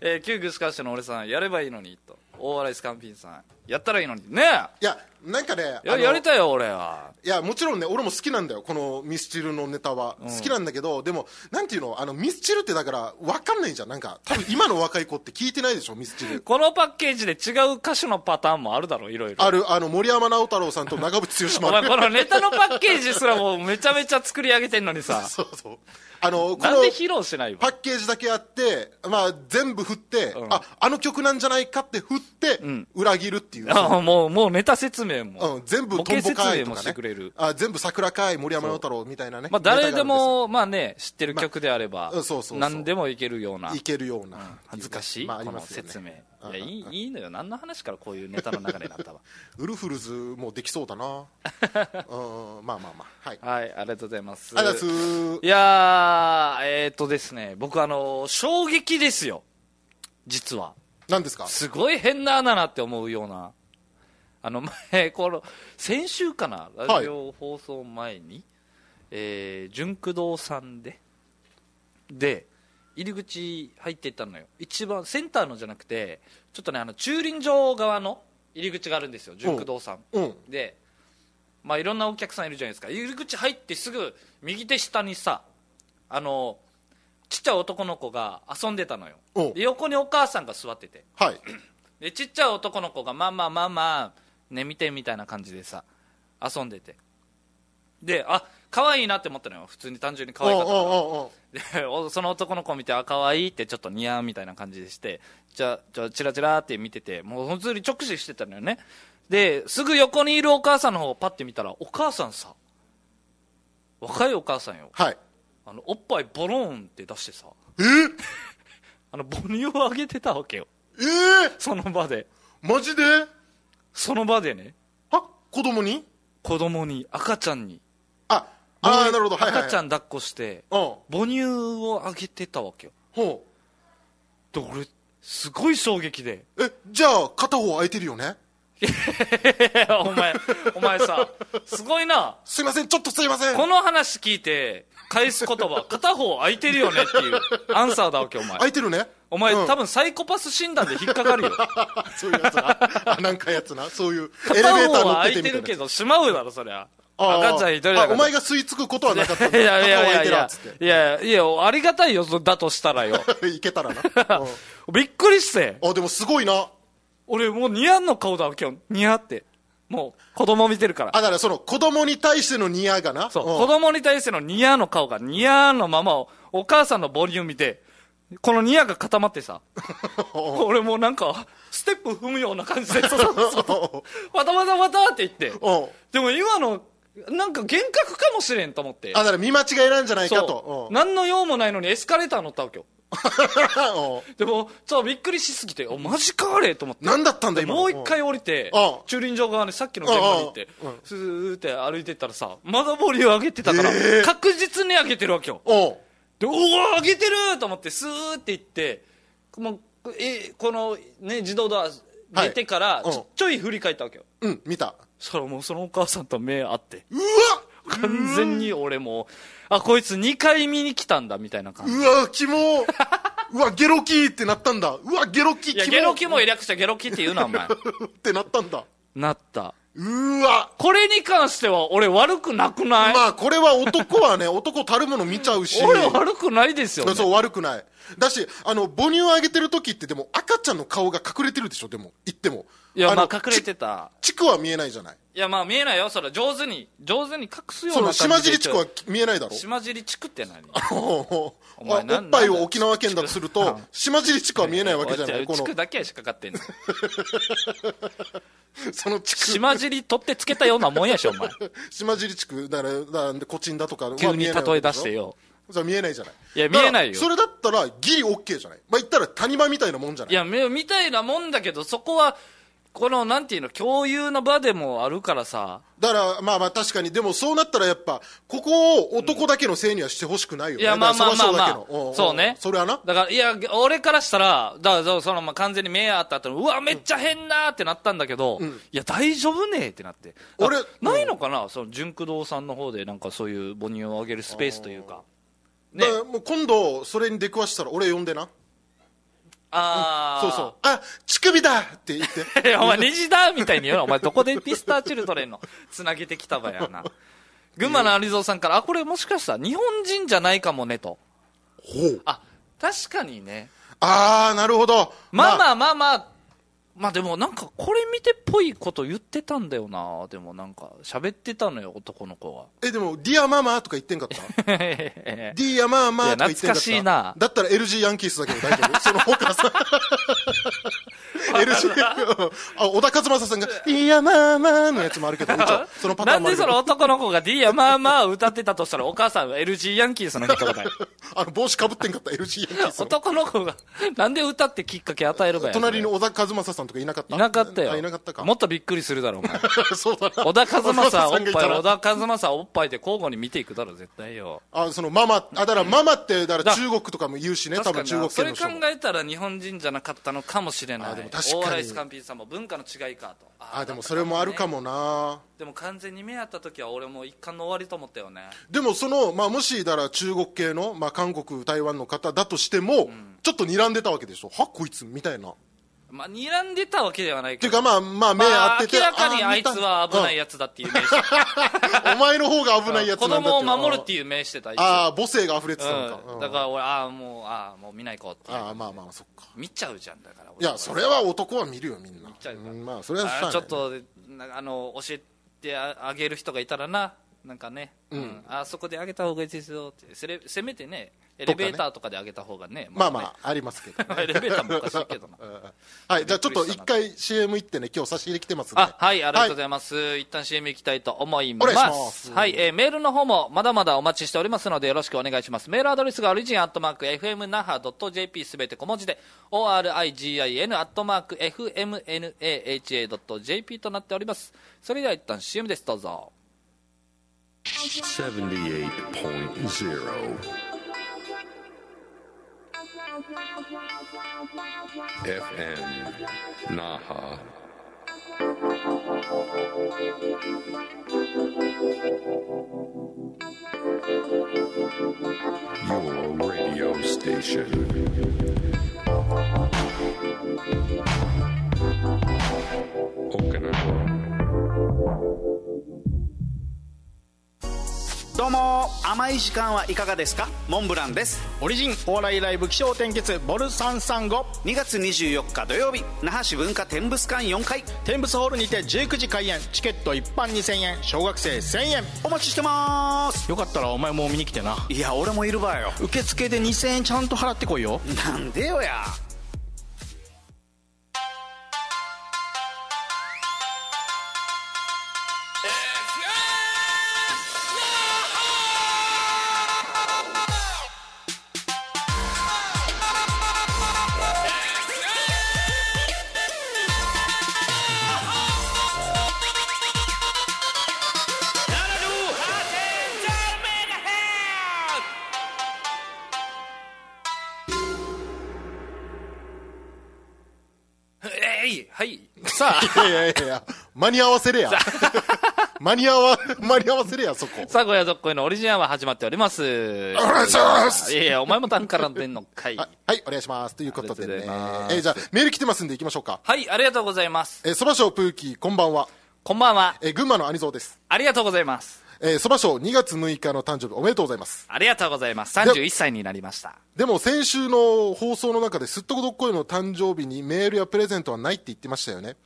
[SPEAKER 1] えー、キューグスカッシュの俺さんやればいいのにと大笑いスカンピンさんやったらいいのにね
[SPEAKER 2] いやなんかね
[SPEAKER 1] え や
[SPEAKER 2] あの
[SPEAKER 1] やりたいよ俺はい
[SPEAKER 2] やもちろんね俺も好きなんだよこのミスチルのネタは、好きなんだけどでもなんていうのあのミスチルってだから分かんないじゃんなんか多分今の若い子って聞いてないでしょミスチル
[SPEAKER 1] このパッケージで違う歌手のパターンもあるだろいろいろ
[SPEAKER 2] あるあの森山直太朗さんと長渕剛 も
[SPEAKER 1] お
[SPEAKER 2] あ
[SPEAKER 1] 前
[SPEAKER 2] る
[SPEAKER 1] このネタのパッケージすらもうめちゃめちゃ作り上げてんのにさ
[SPEAKER 2] そうそうあのこ
[SPEAKER 1] なん
[SPEAKER 2] の
[SPEAKER 1] で披露しないわ
[SPEAKER 2] パッケージだけあって、まあ、全部振って、
[SPEAKER 1] ん
[SPEAKER 2] ああの曲なんじゃないかって振って、
[SPEAKER 1] ん
[SPEAKER 2] 裏切るっていう、
[SPEAKER 1] あもう、もうネタ説明も。
[SPEAKER 2] うん、全部
[SPEAKER 1] ボ
[SPEAKER 2] ト
[SPEAKER 1] ケ
[SPEAKER 2] ンボ
[SPEAKER 1] 説
[SPEAKER 2] 会
[SPEAKER 1] 明
[SPEAKER 2] と
[SPEAKER 1] も
[SPEAKER 2] か
[SPEAKER 1] して
[SPEAKER 2] ね
[SPEAKER 1] くれる。
[SPEAKER 2] あ全部桜会森山直太郎みたいなね、
[SPEAKER 1] まあ、誰で
[SPEAKER 2] ネ
[SPEAKER 1] も、まあね、知ってる曲であれば
[SPEAKER 2] まあうんそうそうそ、う
[SPEAKER 1] 何でもいけるような
[SPEAKER 2] タがあるんですよい。けるような、
[SPEAKER 1] 恥ずかしい、
[SPEAKER 2] まあ、あ
[SPEAKER 1] こ
[SPEAKER 2] りま
[SPEAKER 1] の
[SPEAKER 2] すよ
[SPEAKER 1] 説明
[SPEAKER 2] ね。
[SPEAKER 1] いや、いい、いいのよ。何の話からこういうネタの流れになったわ。
[SPEAKER 2] ウルフルズもできそ うだなうんまあまあまあはいあ
[SPEAKER 1] はい、ありがとうございます。
[SPEAKER 2] りがとうございます
[SPEAKER 1] いやー、えーっとですね、僕あの、衝撃ですよ。実は。
[SPEAKER 2] 何ですか
[SPEAKER 1] すごい変な穴だなって思うような。あの前、この、先週かな、ラジオ放送前に、えー、純駆動さんで、で、入り口入っていったのよ。一番、センターのじゃなくて、ちょっとね、あの、駐輪場側の入り口があるんですよ、純駆動さん。
[SPEAKER 2] うん
[SPEAKER 1] で、まあ、いろんなお客さんいるじゃないですか入り口入ってすぐ右手下にさあのちっちゃい男の子が遊んでたのよ
[SPEAKER 2] お
[SPEAKER 1] で横にお母さんが座ってて
[SPEAKER 2] はい
[SPEAKER 1] でちっちゃい男の子が「まあまあまあまあね見て」みたいな感じでさ遊んでてであ可愛いなって思ったのよ普通に単純に可愛かったから
[SPEAKER 2] お
[SPEAKER 1] で おその男の子見て、あ、可愛いってちょっとニヤーみたいな感じでして、じゃあ、じゃあ、チラチラって見てて、もう本当に直視してたのよね。で、すぐ横にいるお母さんの方をパッて見たら、お母さんさ、若いお母さんよ。
[SPEAKER 2] はい
[SPEAKER 1] あの、おっぱいボローンって出してさ、
[SPEAKER 2] え
[SPEAKER 1] あの、母乳をあげてたわけよ。
[SPEAKER 2] ええ
[SPEAKER 1] その場で。
[SPEAKER 2] マジで
[SPEAKER 1] その場でね、
[SPEAKER 2] あ子供に
[SPEAKER 1] 子供に、赤ちゃんに。
[SPEAKER 2] ああーなるほどはいはい
[SPEAKER 1] 赤ちゃ
[SPEAKER 2] ん
[SPEAKER 1] ん抱っこして、
[SPEAKER 2] うんほ
[SPEAKER 1] 母乳をあげてたわけよ。
[SPEAKER 2] う
[SPEAKER 1] で、俺、すごい衝撃で。
[SPEAKER 2] えじゃあ片方空いてるよね
[SPEAKER 1] い やお前、お前さ、すごいな。
[SPEAKER 2] すいませんちょっとすいません
[SPEAKER 1] この話聞いて、返す言葉、片方空いてるよねっていうアンサーだわけ、お前。
[SPEAKER 2] 空いてるね
[SPEAKER 1] お前、
[SPEAKER 2] うん
[SPEAKER 1] 多分サイコパス診断で引っかかるよ。
[SPEAKER 2] あそういうやつ なあなんかやつなそういう エレ
[SPEAKER 1] 片
[SPEAKER 2] ベーター
[SPEAKER 1] 方
[SPEAKER 2] 乗
[SPEAKER 1] は
[SPEAKER 2] っ
[SPEAKER 1] 空
[SPEAKER 2] て
[SPEAKER 1] い
[SPEAKER 2] て
[SPEAKER 1] て
[SPEAKER 2] み
[SPEAKER 1] る
[SPEAKER 2] た
[SPEAKER 1] け
[SPEAKER 2] いな
[SPEAKER 1] ど、しまうだろ、そりゃ。
[SPEAKER 2] あー
[SPEAKER 1] 赤ちゃん一人だ
[SPEAKER 2] あ
[SPEAKER 1] か
[SPEAKER 2] お前
[SPEAKER 1] ら。
[SPEAKER 2] が吸い付くことはなかったん
[SPEAKER 1] い
[SPEAKER 2] だ
[SPEAKER 1] やいやいやい
[SPEAKER 2] 片方空いてるわ
[SPEAKER 1] や
[SPEAKER 2] っつっ、
[SPEAKER 1] いやいや、ありがたいよ、そだとしたらよ。
[SPEAKER 2] て いけたら な、うん
[SPEAKER 1] びっくりして。
[SPEAKER 2] あでもすごいな
[SPEAKER 1] 俺、もうニヤンの顔だわ、今日。ニヤって。もう、子供見てるから。
[SPEAKER 2] あだからその子供に対してのニヤがな
[SPEAKER 1] そう、
[SPEAKER 2] ん
[SPEAKER 1] 子供に対してのニヤーの顔がニヤーのままを、お母さんのボリューム見て、このニヤが固まってさ、俺もうなんか、ステップ踏むような感 じで、そうそうそうわたわたわたって言って、
[SPEAKER 2] うん
[SPEAKER 1] でも今の、なんか幻覚かもしれんと思って
[SPEAKER 2] あ、だから見間違いなんじゃないか
[SPEAKER 1] そ
[SPEAKER 2] と
[SPEAKER 1] う、何の用もないのにエスカレーター乗ったわけよ。
[SPEAKER 2] うん
[SPEAKER 1] でも、ちょっとびっくりしすぎて、お、マジかあれと思って。
[SPEAKER 2] 何だったんだ
[SPEAKER 1] で
[SPEAKER 2] 今
[SPEAKER 1] もう一回降りて
[SPEAKER 2] うん、
[SPEAKER 1] 駐輪場側にさっきの現場に行って
[SPEAKER 2] うんうんうん、
[SPEAKER 1] スーって歩いてったらさ、まだボリューム上げてたから、
[SPEAKER 2] えー
[SPEAKER 1] 確実に上げてるわけよ。
[SPEAKER 2] うんうん
[SPEAKER 1] で、おお上げてると思って、スーって行って、もう、え、この、ね、自動ドア出てから、
[SPEAKER 2] うん
[SPEAKER 1] ちょちょい振り返ったわけよ。
[SPEAKER 2] うん見た
[SPEAKER 1] そしたらもうそのお母さんと目合って、
[SPEAKER 2] うわ
[SPEAKER 1] 完全に俺もう、あ、こいつ2回見に来たんだ、みたいな感じ。
[SPEAKER 2] うわキモ うわゲロキーってなったんだうわゲロキ
[SPEAKER 1] いや、
[SPEAKER 2] キモ
[SPEAKER 1] ゲロキも略してゲロキって言うな、お前。
[SPEAKER 2] ってなったんだ
[SPEAKER 1] なった。
[SPEAKER 2] うわ
[SPEAKER 1] これに関しては俺悪くなくない、
[SPEAKER 2] まあこれは男はね 男たるもの見ちゃうし
[SPEAKER 1] 俺悪くないですよ、ね。
[SPEAKER 2] そう悪くないだしあの母乳をあげてる時ってでも赤ちゃんの顔が隠れてるでしょでも言っても
[SPEAKER 1] いや、まあ
[SPEAKER 2] の
[SPEAKER 1] 隠れてた。
[SPEAKER 2] ちちくは見えないじゃない
[SPEAKER 1] いや、まあ見えないよ、それ。上手に、上手に隠すよう
[SPEAKER 2] そ
[SPEAKER 1] な
[SPEAKER 2] の
[SPEAKER 1] 感じで。
[SPEAKER 2] 島尻地区は見えないだろ
[SPEAKER 1] 島尻地区って何
[SPEAKER 2] お
[SPEAKER 1] お
[SPEAKER 2] お
[SPEAKER 1] 前な
[SPEAKER 2] っぱい
[SPEAKER 1] なん
[SPEAKER 2] を
[SPEAKER 1] だ
[SPEAKER 2] 沖縄県だとすると島尻地区は見えないわけじゃな
[SPEAKER 1] お
[SPEAKER 2] いこ
[SPEAKER 1] 地
[SPEAKER 2] の
[SPEAKER 1] 区だけは引っかかってんの
[SPEAKER 2] その地区
[SPEAKER 1] 島尻取ってつけたようなもんやしお 前
[SPEAKER 2] 島尻地区だからだからコチンだとかは
[SPEAKER 1] 急に
[SPEAKER 2] 見え
[SPEAKER 1] 例
[SPEAKER 2] ないわ
[SPEAKER 1] え
[SPEAKER 2] け
[SPEAKER 1] 出
[SPEAKER 2] でしょ
[SPEAKER 1] してよ
[SPEAKER 2] じゃあ見えないじゃない
[SPEAKER 1] いや
[SPEAKER 2] だから
[SPEAKER 1] 見えないよ
[SPEAKER 2] それだったらギリオッケーじゃないまあ言ったら谷間みたいなもんじゃない
[SPEAKER 1] いやみみたいなもんだけどそこはこのなんていうの共有の場でもあるからさ
[SPEAKER 2] だからまあまあ確かにでもそうなったらやっぱここを男だけのせいにはしてほしくないよね
[SPEAKER 1] いやまあまあまあまあ
[SPEAKER 2] だからそりゃそうだけどんん
[SPEAKER 1] そうね
[SPEAKER 2] それはな
[SPEAKER 1] だからいや俺からしたらだからそのまあ完全に目合った後にうわめっちゃ変なーってなったんだけど、いや大丈夫ねーってなってあ
[SPEAKER 2] 俺
[SPEAKER 1] ないのかな、その純駆動さんの方でなんかそういう母乳をあげるスペースというかね
[SPEAKER 2] だからもう今度それに出くわしたら俺呼んでな
[SPEAKER 1] ああ
[SPEAKER 2] そうそうあ乳首だって言って
[SPEAKER 1] い やお前、虹だみたいに言うな。お前、どこでピスターチルドレンのつなげてきたばやな。群馬の有蔵さんから、あ、これもしかしたら日本人じゃないかもね、と。
[SPEAKER 2] ほう
[SPEAKER 1] あ、確かにね。
[SPEAKER 2] ああなるほど
[SPEAKER 1] まあ
[SPEAKER 2] あ
[SPEAKER 1] まあまあまあ、まあでもなんか、これ見てっぽいこと言ってたんだよな。でもなんか、喋ってたのよ、男の 子は。
[SPEAKER 2] えでも「ディアママ」とか言ってん かった
[SPEAKER 1] い
[SPEAKER 2] ディアマーマーとか言ってん
[SPEAKER 1] いや懐
[SPEAKER 2] だった
[SPEAKER 1] かしいな
[SPEAKER 2] だったら LG ヤンキースだけど大丈夫その他さ LCF あ小田和正さんが「いやまあまあ」のやつもあるけど一 応そのパター
[SPEAKER 1] な
[SPEAKER 2] ン
[SPEAKER 1] ん
[SPEAKER 2] もあ
[SPEAKER 1] で
[SPEAKER 2] るけ
[SPEAKER 1] そ
[SPEAKER 2] ど
[SPEAKER 1] の男の子が D やまあまあ歌ってたとしたらお母さんは LG ヤンキースの人がだよ
[SPEAKER 2] あの帽子かぶってんかった LG ヤンキースの
[SPEAKER 1] 男の子がなんで歌ってきっかけ与えるかやそれ
[SPEAKER 2] 隣の小田和正さんとかいなかった
[SPEAKER 1] いなかったよ
[SPEAKER 2] あいなかったか
[SPEAKER 1] もっとびっくりするだろお前
[SPEAKER 2] そうだな
[SPEAKER 1] 小田和正おっ
[SPEAKER 2] 小田和正さんがい
[SPEAKER 1] ぱ
[SPEAKER 2] た
[SPEAKER 1] い
[SPEAKER 2] ら
[SPEAKER 1] 小田和正おっぱいで交互に見ていくだろ絶対よ
[SPEAKER 2] あそのママあだからママってだから
[SPEAKER 1] だ
[SPEAKER 2] 中国とかも言うしね多
[SPEAKER 1] 確か
[SPEAKER 2] 分
[SPEAKER 1] に
[SPEAKER 2] 中
[SPEAKER 1] な
[SPEAKER 2] 国
[SPEAKER 1] そ
[SPEAKER 2] 系
[SPEAKER 1] れ
[SPEAKER 2] の
[SPEAKER 1] 考
[SPEAKER 2] 人も
[SPEAKER 1] えたら日本人じゃなかったのかもしれない
[SPEAKER 2] あでも確かに
[SPEAKER 1] 大笑いスカンピーさんも文化の違いかとあ
[SPEAKER 2] あでもそれもあるか
[SPEAKER 1] も
[SPEAKER 2] もな
[SPEAKER 1] でも完全に目合った時は俺も一巻の終わりと思ったよね
[SPEAKER 2] でもその、まあ、もしだから中国系の、まあ、韓国台湾の方だとしても、ちょっと睨んでたわけでしょはこいつみたいなっ
[SPEAKER 1] まあ睨んでたわけではない
[SPEAKER 2] てい
[SPEAKER 1] け
[SPEAKER 2] う
[SPEAKER 1] ど
[SPEAKER 2] かまあまあ目
[SPEAKER 1] ま
[SPEAKER 2] 合
[SPEAKER 1] あ
[SPEAKER 2] ってて、
[SPEAKER 1] 明らかにあいつは危ない
[SPEAKER 2] や
[SPEAKER 1] やつだっていう名刺
[SPEAKER 2] つ、うんお前の方が危ないやつな
[SPEAKER 1] 子
[SPEAKER 2] んだって
[SPEAKER 1] 供を守るっていう名してたあいつ
[SPEAKER 2] ああ母性が溢れてたのか、
[SPEAKER 1] うん、だから俺ああもうああもう見ない子って
[SPEAKER 2] ああまあまあそっか
[SPEAKER 1] 見ちゃうじゃんだから
[SPEAKER 2] いやそれは男は見るよみんな
[SPEAKER 1] ちゃうから
[SPEAKER 2] うんまあそれはしゃあ
[SPEAKER 1] あ
[SPEAKER 2] ない
[SPEAKER 1] ちょっとなあの教えてああげる人がいたらななんかね、うんあそこであげた方がいいですよってせれせめてねエレベーターとかであげた方がね
[SPEAKER 2] まあまあありますけど ね
[SPEAKER 1] あ、エレベーターもおかしいけど な
[SPEAKER 2] はい、じゃあちょっと一回 CM 行ってね、今日差し入れ来てますんで。
[SPEAKER 1] あはいありがとうございます、一旦 CM 行きたいと思います
[SPEAKER 2] お願いします
[SPEAKER 1] はい、えーメールの方もまだまだお待ちしておりますのでよろしくお願いしますメールアドレスがオリジンアットマーク FMNAHA.jp すべて小文字で ORIGIN アットマーク FMNAHA.jp となっておりますそれでは一旦 CM ですどうぞ
[SPEAKER 3] 78.0 FM Naha. your radio station. Okinawa.
[SPEAKER 4] どうも甘い時間はいかがですかモンブランです
[SPEAKER 5] オリジンお笑いライブ気象転結ボル335
[SPEAKER 4] 2月24日土曜日那覇市文化天物館4階
[SPEAKER 5] 天物ホールにて19時開演チケット一般2000円小学生1000円
[SPEAKER 4] お待ちしてます
[SPEAKER 5] よかったらお前も見に来てない
[SPEAKER 4] や俺もいるばよ
[SPEAKER 5] 受付で2000円ちゃんと払ってこいよ
[SPEAKER 4] なんでよや
[SPEAKER 1] えいはい
[SPEAKER 2] さあ。いやいやいや、間に合わせれや。 間に合わ、間に合わせれや、そこ。
[SPEAKER 1] さあ、ゴヤドッコイのオリジナルは始まっております。お
[SPEAKER 2] 願いします
[SPEAKER 1] いやいや、お前も単から出んのかい。
[SPEAKER 2] あはい、お願いします。ということで
[SPEAKER 1] あ
[SPEAKER 2] ね
[SPEAKER 1] りがとうございま。す
[SPEAKER 2] えーじゃあ、メール来てますんで行きましょうか。
[SPEAKER 1] はい、ありがとうございます。
[SPEAKER 2] えー、そばしょうプーキー、こんばんは。
[SPEAKER 1] こんばんは。
[SPEAKER 2] えー、群馬のアニゾウです。
[SPEAKER 1] ありがとうございます。
[SPEAKER 2] えー、そばしょう2月6日の誕生日おめでとうございます。
[SPEAKER 1] ありがとうございます。31歳になりました。
[SPEAKER 2] でも、先週の放送の中ですっとこどっこいの誕生日にメールやプレゼントはないって言ってましたよね。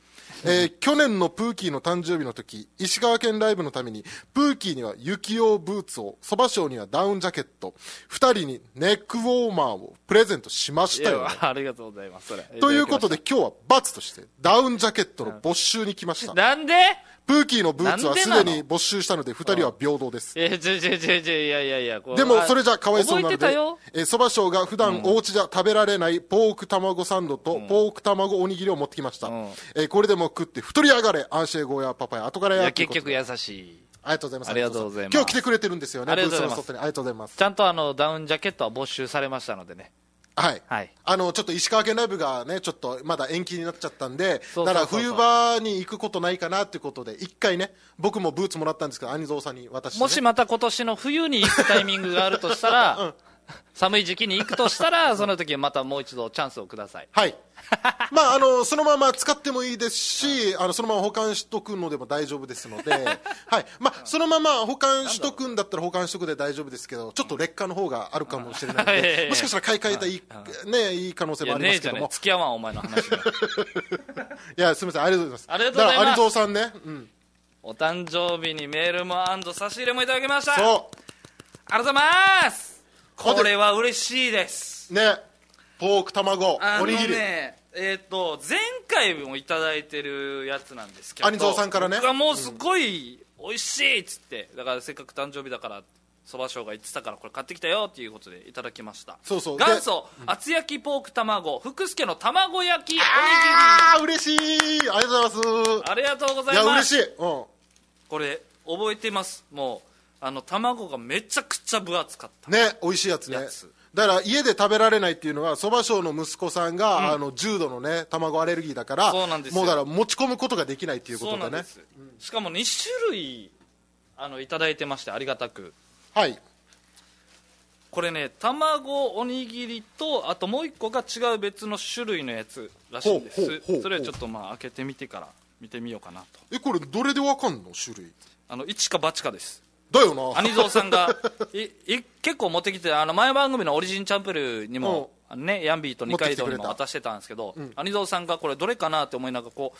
[SPEAKER 2] えー、去年のプーキーの誕生日の時、石川県ライブのために、プーキーには雪用ブーツを、そばしょうにはダウンジャケット、二人にネックウォーマーをプレゼントしまし
[SPEAKER 1] い
[SPEAKER 2] たよね。
[SPEAKER 1] やありがとうございます。それ
[SPEAKER 2] ということで。今日は罰としてダウンジャケットの没収に来ました。
[SPEAKER 1] なんで
[SPEAKER 2] プーキーのブーツはすで
[SPEAKER 1] なんでな
[SPEAKER 2] に没収したので二人は平等です。
[SPEAKER 1] え、ちょちょちょちょ、いやいやいや。こう
[SPEAKER 2] でもそれじゃかわいそうな
[SPEAKER 1] 覚えて
[SPEAKER 2] の
[SPEAKER 1] た
[SPEAKER 2] で
[SPEAKER 1] よ。、
[SPEAKER 2] えーそばしょうが普段お家じゃ食べられないポーク卵サンドとポーク卵おにぎりを持ってきました。
[SPEAKER 1] ん
[SPEAKER 2] えーこれでも食って太り上がれ、アンシェゴーやパパや後から
[SPEAKER 1] い
[SPEAKER 2] や
[SPEAKER 1] や、
[SPEAKER 2] とい
[SPEAKER 1] 結
[SPEAKER 2] うこと
[SPEAKER 1] 局
[SPEAKER 2] で
[SPEAKER 1] 優しい。
[SPEAKER 2] ありがとうございます。
[SPEAKER 1] ありがとうございます
[SPEAKER 2] 今日来てくれてるんですよね。
[SPEAKER 1] ありがとうございます
[SPEAKER 2] ブースの外にありがとうございます。
[SPEAKER 1] ちゃんとあの、ダウンジャケットは没収されましたのでね。
[SPEAKER 2] はい、
[SPEAKER 1] はい
[SPEAKER 2] あのちょっと石川県ライブがね、ちょっとまだ延期になっちゃったんで、
[SPEAKER 1] そうそうそう
[SPEAKER 2] だから冬場に行くことないかなということで、一回ね、僕もブーツもらったんですけど、アニゾウさんに渡して、ね、
[SPEAKER 1] もしまた今年の冬に行くタイミングがあるとした ら、寒い時期に行くとしたら、その時またもう一度チャンスをください。
[SPEAKER 2] はい まあ、あのそのまま使ってもいいですし、あのそのまま保管しとくのでも大丈夫で すので、はいまあ、そのまま保管しとくんだったら保管しとくで大丈夫ですけど、ちょっと劣化の方があるかもしれないの
[SPEAKER 1] いやいやい
[SPEAKER 2] で
[SPEAKER 1] や、
[SPEAKER 2] もしかしたら買い替えたらいい,、ね、いい可能性
[SPEAKER 1] い
[SPEAKER 2] も
[SPEAKER 1] や、
[SPEAKER 2] ありま
[SPEAKER 1] ねえ
[SPEAKER 2] す
[SPEAKER 1] じ
[SPEAKER 2] け
[SPEAKER 1] ゃ
[SPEAKER 2] ど
[SPEAKER 1] ねえ
[SPEAKER 2] も、。
[SPEAKER 1] 付き合わん、お前の話には。
[SPEAKER 2] いやすみません、ありがとうございます。
[SPEAKER 1] ありがとうございます
[SPEAKER 2] だからアニゾウさんね、うん、
[SPEAKER 1] お誕生日にメールもアンド差し入れもいただきました。
[SPEAKER 2] そう。
[SPEAKER 1] ありがとうございますこれは嬉しいです。
[SPEAKER 2] ねポーク卵
[SPEAKER 1] あ
[SPEAKER 2] お
[SPEAKER 1] の
[SPEAKER 2] にぎり
[SPEAKER 1] ね、えっ、と、前来もいただいてるやつなんですけど
[SPEAKER 2] アニゾウさんからね
[SPEAKER 1] 僕はもうすごい美味しいっつってだからせっかく誕生日だからそばうが言ってたからこれ買ってきたよっていうことでいただきました
[SPEAKER 2] そうそう
[SPEAKER 1] 元祖厚焼きポーク卵福助の卵焼きおにぎり
[SPEAKER 2] ああ嬉しいありがとうございま
[SPEAKER 1] ありがとうござ
[SPEAKER 2] す
[SPEAKER 1] い
[SPEAKER 2] いや
[SPEAKER 1] ま
[SPEAKER 2] 嬉
[SPEAKER 1] す
[SPEAKER 2] しい、うん、
[SPEAKER 1] これ覚えてますもうあの卵がめちゃくちゃ分厚かった
[SPEAKER 2] ね美味しいやつね
[SPEAKER 1] やつ
[SPEAKER 2] だから家で食べられないっていうのはそば匠の息子さんが、あの重度のね卵アレルギーだから
[SPEAKER 1] そうなんですよ
[SPEAKER 2] もうだから持ち込むことができないっていうこ
[SPEAKER 1] そうな
[SPEAKER 2] と
[SPEAKER 1] ん
[SPEAKER 2] で
[SPEAKER 1] で
[SPEAKER 2] ね
[SPEAKER 1] す、しかも2種類あのいただいてましてありがたく
[SPEAKER 2] はい
[SPEAKER 1] これね卵おにぎりとあともう一個が違う別の種類のやつらしいんで
[SPEAKER 2] ほうほうほうほ
[SPEAKER 1] す
[SPEAKER 2] う
[SPEAKER 1] それをちょっとまあ開けてみてから見てみようかなと
[SPEAKER 2] えこれどれでわかんの種類
[SPEAKER 1] あの一か八かです
[SPEAKER 2] だよな
[SPEAKER 1] 兄蔵さんがいい結構持ってきてあの前番組のオリジンチャンプルーにも、あのね、ヤンビーと二階堂にも
[SPEAKER 2] 持ってきてくれた
[SPEAKER 1] 渡してたんですけど、兄蔵さんがこれどれかなって思いながらこ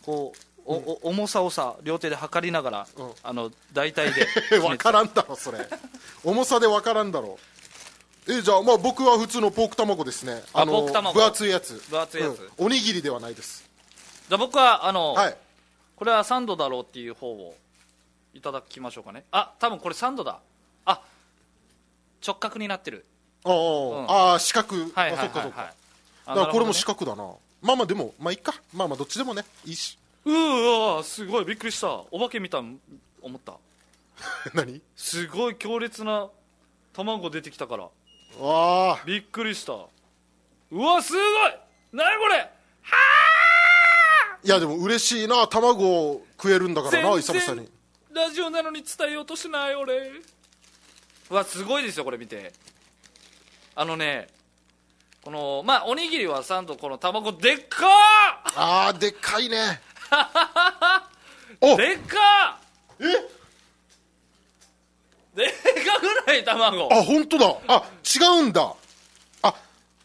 [SPEAKER 1] うこうお、お重さをさ両手で測りながら、
[SPEAKER 2] ん
[SPEAKER 1] あの大体 で
[SPEAKER 2] えわからんだろそれ重さでわからんだろえじゃあまあ僕は普通のポーク卵ですね
[SPEAKER 1] あ
[SPEAKER 2] あの
[SPEAKER 1] ポーク卵
[SPEAKER 2] 分厚いやつ
[SPEAKER 1] 分厚いやつ
[SPEAKER 2] うんおにぎりではないです
[SPEAKER 1] じゃあ僕はあの、
[SPEAKER 2] はい
[SPEAKER 1] これはサンドだろうっていう方をいただきましょうかねあ多分これサンドだあ直角になってる
[SPEAKER 2] あー、あー四角、
[SPEAKER 1] はいはいは
[SPEAKER 2] あ
[SPEAKER 1] い
[SPEAKER 2] そっか
[SPEAKER 1] は
[SPEAKER 2] そ
[SPEAKER 1] い
[SPEAKER 2] っか
[SPEAKER 1] あ
[SPEAKER 2] だ
[SPEAKER 1] な
[SPEAKER 2] から
[SPEAKER 1] る
[SPEAKER 2] こ
[SPEAKER 1] ほど
[SPEAKER 2] れ
[SPEAKER 1] ね
[SPEAKER 2] も四角だなまあまあでもまあいっかまあまあどっちでもねいいし
[SPEAKER 1] うーわーすごいびっくりしたお化け見たん思った
[SPEAKER 2] 何
[SPEAKER 1] すごい強烈な卵出てきたから
[SPEAKER 2] わあ
[SPEAKER 1] びっくりしたうわすごい何これ
[SPEAKER 2] いやでも嬉しいな卵を食えるんだからな久々に
[SPEAKER 1] ラジオなのに伝えようとしない俺うわすごいですよこれ見てあのねこのまあおにぎりはサンドこの卵でっか
[SPEAKER 2] あーでっかいね お
[SPEAKER 1] ーでっか
[SPEAKER 2] え
[SPEAKER 1] ーでっかくない卵
[SPEAKER 2] あ本当だあ違うんだあ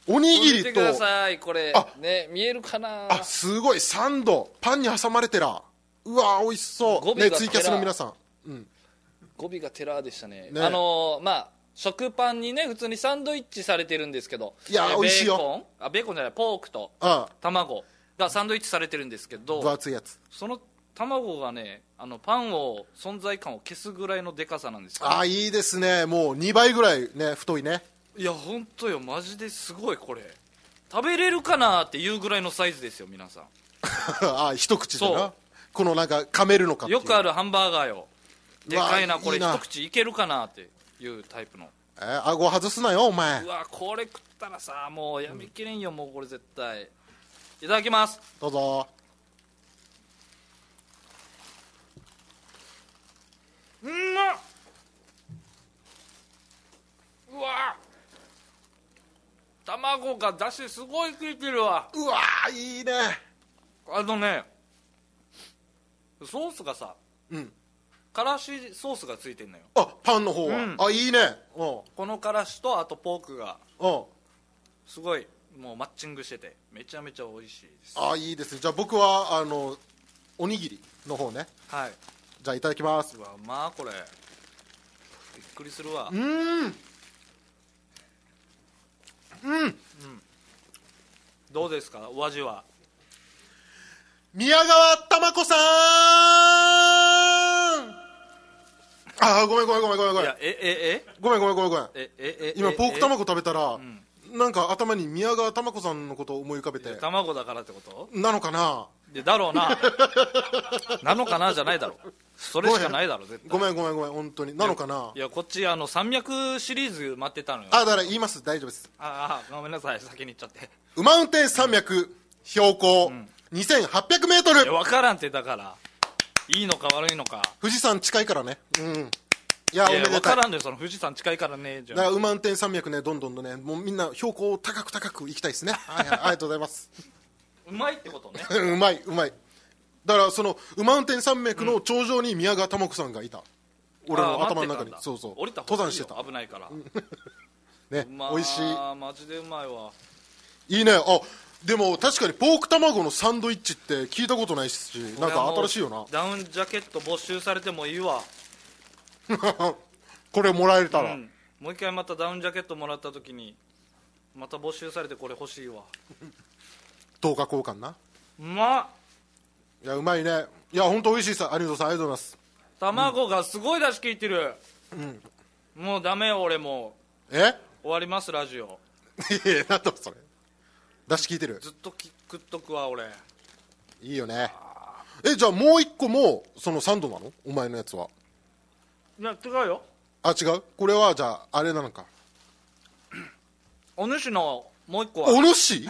[SPEAKER 2] おにぎ
[SPEAKER 1] 見
[SPEAKER 2] り
[SPEAKER 1] て
[SPEAKER 2] と
[SPEAKER 1] くださいこれ
[SPEAKER 2] あ
[SPEAKER 1] ね見えるかな
[SPEAKER 2] あすごいサンドパンに挟まれてらうわー美味し
[SPEAKER 1] 語
[SPEAKER 2] そ
[SPEAKER 1] 尾
[SPEAKER 2] う
[SPEAKER 1] が
[SPEAKER 2] ねツイキャスの皆さん
[SPEAKER 1] 語尾がテラーでしたね
[SPEAKER 2] ね
[SPEAKER 1] あのーまあ食パンにね普通にサンドイッチされてるんですけど
[SPEAKER 2] いやー
[SPEAKER 1] えー
[SPEAKER 2] 美味しい
[SPEAKER 1] ベ
[SPEAKER 2] よ
[SPEAKER 1] ーコンあベーコンじゃないポークと
[SPEAKER 2] あ
[SPEAKER 1] 卵がサンドイッチされてるんですけ
[SPEAKER 2] あ分
[SPEAKER 1] ど
[SPEAKER 2] 厚いやつ
[SPEAKER 1] その卵がねあのパンを存在感を消すぐらいのでかさなんですよ
[SPEAKER 2] ああいいですねもう2倍ぐらいね太いね
[SPEAKER 1] いや本当よマジですごいこれ食べれるかなっていうぐらいのサイズですよ皆さ
[SPEAKER 2] ああ一口で
[SPEAKER 1] そ
[SPEAKER 2] な
[SPEAKER 1] う
[SPEAKER 2] このなんか噛めるのか
[SPEAKER 1] ん
[SPEAKER 2] っていう
[SPEAKER 1] よくあるハンバーガーよでかいうな
[SPEAKER 2] わ
[SPEAKER 1] これ
[SPEAKER 2] いいな
[SPEAKER 1] 一口いけるかなっていうタイプの
[SPEAKER 2] えー顎外すなよお前
[SPEAKER 1] うわこれ食ったらさもうやめきれんよ、もうこれ絶対いただきます
[SPEAKER 2] どうぞ
[SPEAKER 1] うんまっうわ卵がだしすごい効いてるわ
[SPEAKER 2] うわーいいね
[SPEAKER 1] あのねソースがさ
[SPEAKER 2] うん
[SPEAKER 1] からしソースがついてんのよ
[SPEAKER 2] あパンの方は、
[SPEAKER 1] うん
[SPEAKER 2] あいいねうん
[SPEAKER 1] このからしとあとポークが
[SPEAKER 2] うん
[SPEAKER 1] すごいもうマッチングしててめちゃめちゃ美味しいです
[SPEAKER 2] あいいですねじゃあ僕はあのおにぎりの方ね
[SPEAKER 1] はい
[SPEAKER 2] じゃあいただきます
[SPEAKER 1] うわまあこれびっくりするわ
[SPEAKER 2] うん
[SPEAKER 1] どうですかお味は
[SPEAKER 2] 宮川珠子さんあーごめんごめんごめんごめんご
[SPEAKER 1] い
[SPEAKER 2] めん
[SPEAKER 1] やええ
[SPEAKER 2] ごめんごめんごめんごめん
[SPEAKER 1] ええええ
[SPEAKER 2] 今
[SPEAKER 1] え
[SPEAKER 2] ポーク
[SPEAKER 1] え
[SPEAKER 2] 卵食べたら、なんか頭に宮川珠子さんのことを思い浮かべて
[SPEAKER 1] 卵だからってこと
[SPEAKER 2] なのかな
[SPEAKER 1] でだろう ななのかなじゃないだろうそれしかないだろ絶対
[SPEAKER 2] ごめんごめんごめん本当になのかない
[SPEAKER 1] やこっちあの山脈シリーズ待ってたのよ
[SPEAKER 2] あだから言います大丈夫です
[SPEAKER 1] ああごめんなさい先に行っちゃって
[SPEAKER 2] 羽満天山脈標高 2800m、
[SPEAKER 1] いや分からんってだからいいのか悪いのか
[SPEAKER 2] 富士山近いからねうんいや
[SPEAKER 1] いや
[SPEAKER 2] おめ
[SPEAKER 1] 分
[SPEAKER 2] でた
[SPEAKER 1] か
[SPEAKER 2] いだ
[SPEAKER 1] ら
[SPEAKER 2] か
[SPEAKER 1] んのよその富士山近いからねじゃ
[SPEAKER 2] ら
[SPEAKER 1] あ
[SPEAKER 2] 羽満天山脈ねどんどんとねもうみんな標高を高く高く行きたいですねはい はいありがとうございます
[SPEAKER 1] うまいってことね
[SPEAKER 2] うんうまいうまいだからその馬運転山脈の頂上に宮川玉子さんがいた、俺の
[SPEAKER 1] あー
[SPEAKER 2] 頭
[SPEAKER 1] 待っ
[SPEAKER 2] の中
[SPEAKER 1] てた
[SPEAKER 2] に
[SPEAKER 1] んだ
[SPEAKER 2] そうそう
[SPEAKER 1] 降りた方
[SPEAKER 2] 登
[SPEAKER 1] がい
[SPEAKER 2] 山
[SPEAKER 1] い
[SPEAKER 2] し
[SPEAKER 1] よ
[SPEAKER 2] てた
[SPEAKER 1] 危ないから
[SPEAKER 2] ね
[SPEAKER 1] まあ
[SPEAKER 2] 美味し
[SPEAKER 1] マジでうまいわ
[SPEAKER 2] いいいねあでも確かにポーク卵のサンドイッチって聞いたことないしなんか新しいよな
[SPEAKER 1] これはもうダウンジャケット没収されてもいいわ
[SPEAKER 2] これもらえた
[SPEAKER 1] う
[SPEAKER 2] ら、
[SPEAKER 1] んもう一回またダウンジャケットもらった時にまた募集されてこれ欲しいわ
[SPEAKER 2] 10日交換な
[SPEAKER 1] うまっ
[SPEAKER 2] いやうまいねいや本当美味しいさありがとうさんありがとうございます
[SPEAKER 1] 卵がすごい出汁効いてる、もうダメよ俺も
[SPEAKER 2] え
[SPEAKER 1] う終わりますラジオ
[SPEAKER 2] いやいやなんだそれだし聞いてる
[SPEAKER 1] ずっとき食っとくわ俺
[SPEAKER 2] いいよねえじゃあもう一個もそのサンドなのお前のやつはい
[SPEAKER 1] や違うよ
[SPEAKER 2] あ違うこれはじゃああれなのか
[SPEAKER 1] お主のもう一個
[SPEAKER 2] お
[SPEAKER 1] は
[SPEAKER 2] ろし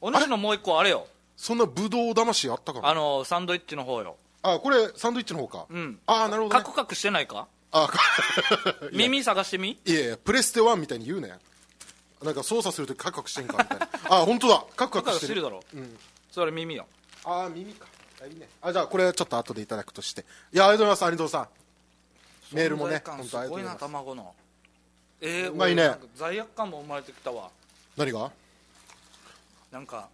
[SPEAKER 1] お主のもう一個はあれよ
[SPEAKER 2] そんなブドウ魂あったかな
[SPEAKER 1] あのサンドイッチの方よ
[SPEAKER 2] あこれサンドイッチの方かうんああなるほど、
[SPEAKER 1] カ
[SPEAKER 2] ね、
[SPEAKER 1] クカクしてないか
[SPEAKER 2] あ いや
[SPEAKER 1] 耳探してみ
[SPEAKER 2] いやいやプレステ1みたいに言うねなんか操作するときカクカクしてんかみたいなあ本当だカ
[SPEAKER 1] カ
[SPEAKER 2] クカ
[SPEAKER 1] クカ
[SPEAKER 2] ク
[SPEAKER 1] ク
[SPEAKER 2] し
[SPEAKER 1] してて
[SPEAKER 2] る
[SPEAKER 1] るだろ、それ耳よ
[SPEAKER 2] ああ耳かあいいねあじゃあこれちょっと後でいただくとしていやありがとうございますアニドさんメールもね
[SPEAKER 1] 存在感
[SPEAKER 2] 本
[SPEAKER 1] す
[SPEAKER 2] 当ありがと
[SPEAKER 1] ご
[SPEAKER 2] うご
[SPEAKER 1] い
[SPEAKER 2] ざい
[SPEAKER 1] な
[SPEAKER 2] ます
[SPEAKER 1] 卵のえー、
[SPEAKER 2] うまいね
[SPEAKER 1] 俺なんか罪悪感も生まれてきたわ
[SPEAKER 2] 何が
[SPEAKER 1] なんか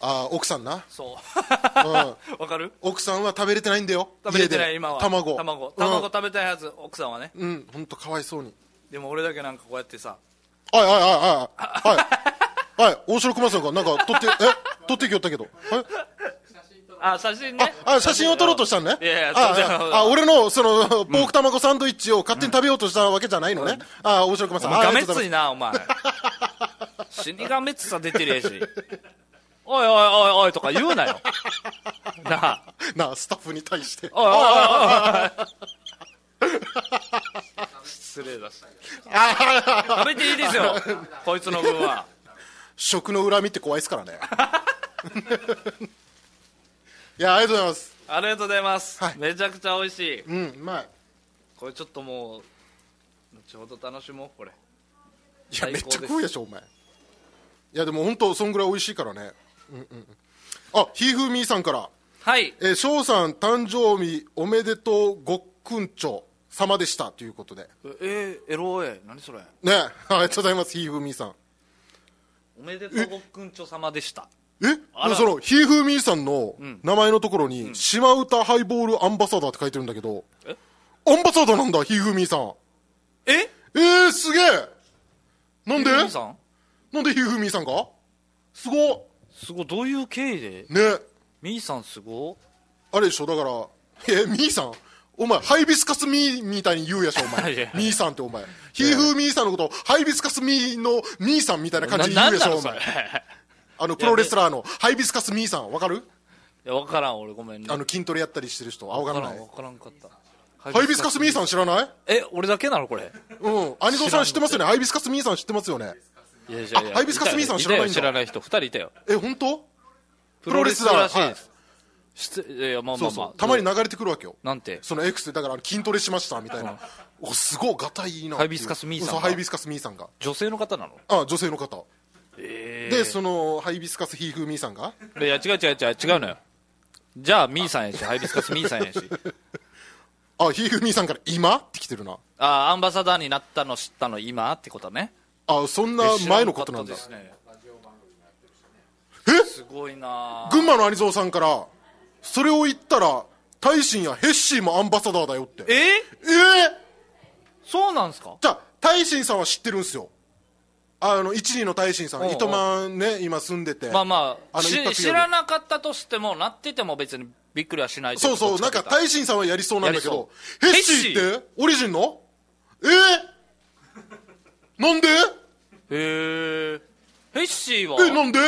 [SPEAKER 2] あー奥さんな、、
[SPEAKER 1] そううん わかる
[SPEAKER 2] 奥さんは食べれてないんだよ
[SPEAKER 1] 食べれてない
[SPEAKER 2] 家で
[SPEAKER 1] 今は
[SPEAKER 2] 卵
[SPEAKER 1] 卵
[SPEAKER 2] う
[SPEAKER 1] 卵
[SPEAKER 2] ん
[SPEAKER 1] 食べたいはず、奥さんはね
[SPEAKER 2] うん本当かわいそうに
[SPEAKER 1] でも俺だけなんかこうやってさ
[SPEAKER 2] はいはいはいはいはいはい大城熊さんがなんか撮ってえ撮ってきよったけどえ
[SPEAKER 1] あ写真ね
[SPEAKER 2] あ写真を撮ろうとしたのね
[SPEAKER 1] いやいや
[SPEAKER 2] あ
[SPEAKER 1] そうじゃ
[SPEAKER 2] あ
[SPEAKER 1] ない
[SPEAKER 2] あ俺のそのポーク卵サンドイッチを勝手に食べようとしたわけじゃないのね、あ大城熊さ
[SPEAKER 1] お
[SPEAKER 2] ん
[SPEAKER 1] 前
[SPEAKER 2] あ
[SPEAKER 1] がめ
[SPEAKER 2] りがとうご
[SPEAKER 1] つ
[SPEAKER 2] ざ
[SPEAKER 1] い
[SPEAKER 2] い
[SPEAKER 1] なお 前死にがめつさ出てるやしおいおいおいおいとか言うなよなあ
[SPEAKER 2] ますなあスタッフに対して
[SPEAKER 1] おいおいおいおい失礼だし食べていいですよこいつの分は
[SPEAKER 2] 食の恨みって怖いで すからねいやありがとうございます
[SPEAKER 1] ありがとうございます、
[SPEAKER 2] はい
[SPEAKER 1] めちゃくちゃ美味しい
[SPEAKER 2] うんうまい
[SPEAKER 1] これちょっともう後ほど楽しもうこれ
[SPEAKER 2] いや
[SPEAKER 1] 最
[SPEAKER 2] め
[SPEAKER 1] 高
[SPEAKER 2] っちゃ
[SPEAKER 1] です
[SPEAKER 2] 食うでしょお前いやでも本当そんぐらい美味しいからねうんうんあひーふーみーさんから
[SPEAKER 1] はい
[SPEAKER 2] えー翔さん誕生日おめでとうごっくんちょ様でしたということで
[SPEAKER 1] えー、LOA 何それ
[SPEAKER 2] ねありがとうございますひーふーみーさん
[SPEAKER 1] おめでとうごっくんちょ様でした
[SPEAKER 2] え
[SPEAKER 1] あら
[SPEAKER 2] そのひーふーみーさんの名前のところに「島唄ハイボールアンバサダー」って書いてるんだけど
[SPEAKER 1] え
[SPEAKER 2] アンバサダーなんだひーふーみーさん
[SPEAKER 1] え
[SPEAKER 2] えー、すげえなんで
[SPEAKER 1] ゆうみさん
[SPEAKER 2] なんでひーふーみーさんがすごっ
[SPEAKER 1] すごいどういう経緯で
[SPEAKER 2] ね
[SPEAKER 1] みーさんすご
[SPEAKER 2] あれでしょだからえみーさんお前ハイビスカスミーみたいに言うやしょお 前
[SPEAKER 1] いやいや
[SPEAKER 2] みーさんってお前ひーふーみーさんのことをハイビスカスミーのみーさんみたいな感じで言うやしょお前 あのプロレスラーのハイビスカスミーさんわかる
[SPEAKER 1] いや分からん俺ごめんね
[SPEAKER 2] あの筋トレやったりしてる人あわからない
[SPEAKER 1] 分からんかった
[SPEAKER 2] ハイビスカスミーさん知らない
[SPEAKER 1] え俺だけなのこれ
[SPEAKER 2] うん。アニドさん知ってますよねハイビスカスミーさん知ってますよね
[SPEAKER 1] いやいやいや
[SPEAKER 2] あハイビスカスミーさん
[SPEAKER 1] いたよ
[SPEAKER 2] 知らないんだ
[SPEAKER 1] 知らない人2人いたよ
[SPEAKER 2] え、本当
[SPEAKER 1] プ
[SPEAKER 2] ロレスラー
[SPEAKER 1] ロレスらしいです失礼いやまあ
[SPEAKER 2] そ
[SPEAKER 1] まあ
[SPEAKER 2] う
[SPEAKER 1] ま
[SPEAKER 2] そ
[SPEAKER 1] あ
[SPEAKER 2] う。たまに流れてくるわけよ。
[SPEAKER 1] なんて
[SPEAKER 2] その X で、だから筋トレしました、みたいな。お、すごい、ガタイいいなっていう。
[SPEAKER 1] ハイビスカスミーさんが
[SPEAKER 2] そうハイビスカスミーさんが。
[SPEAKER 1] 女性の方なの
[SPEAKER 2] あ、女性の方。
[SPEAKER 1] え
[SPEAKER 2] で、その、ハイビスカスヒーフーミーさんが。
[SPEAKER 1] いや違う違う違う違うのよじゃあミーさんやしハイビスカスミーさんや し
[SPEAKER 2] あ、ヒーフーミーさんから今って来てるな。
[SPEAKER 1] あーアンバサダーになったの知ったの今ってことね
[SPEAKER 2] あ、そんな
[SPEAKER 1] え知ら
[SPEAKER 2] 前
[SPEAKER 1] か
[SPEAKER 2] の
[SPEAKER 1] った
[SPEAKER 2] ことなんだ
[SPEAKER 1] で。すね
[SPEAKER 2] え
[SPEAKER 1] すごいなあ
[SPEAKER 2] 群馬のアニゾウさんから、それを言ったら、大臣やヘッシーもアンバサダーだよって。
[SPEAKER 1] え
[SPEAKER 2] えー
[SPEAKER 1] そうなんすか
[SPEAKER 2] じゃあ、大臣さんは知ってるんすよ。あの、一二の大臣さ、
[SPEAKER 1] おうんおう
[SPEAKER 2] 糸満ね、今住んでて。
[SPEAKER 1] まあまあ
[SPEAKER 2] あの
[SPEAKER 1] し
[SPEAKER 2] 一発ギャグ
[SPEAKER 1] 知らなかったとしてもなってても別にびっくりはしないとい
[SPEAKER 2] そうそ
[SPEAKER 1] ど
[SPEAKER 2] う、な
[SPEAKER 1] っ
[SPEAKER 2] ん
[SPEAKER 1] ち
[SPEAKER 2] か
[SPEAKER 1] という
[SPEAKER 2] 大臣さんはやりそうなんだけど、ヘ
[SPEAKER 1] や
[SPEAKER 2] ッ
[SPEAKER 1] りそう
[SPEAKER 2] シーってオリジンのえー、なんで
[SPEAKER 1] へえヘッシーは
[SPEAKER 2] え、なんで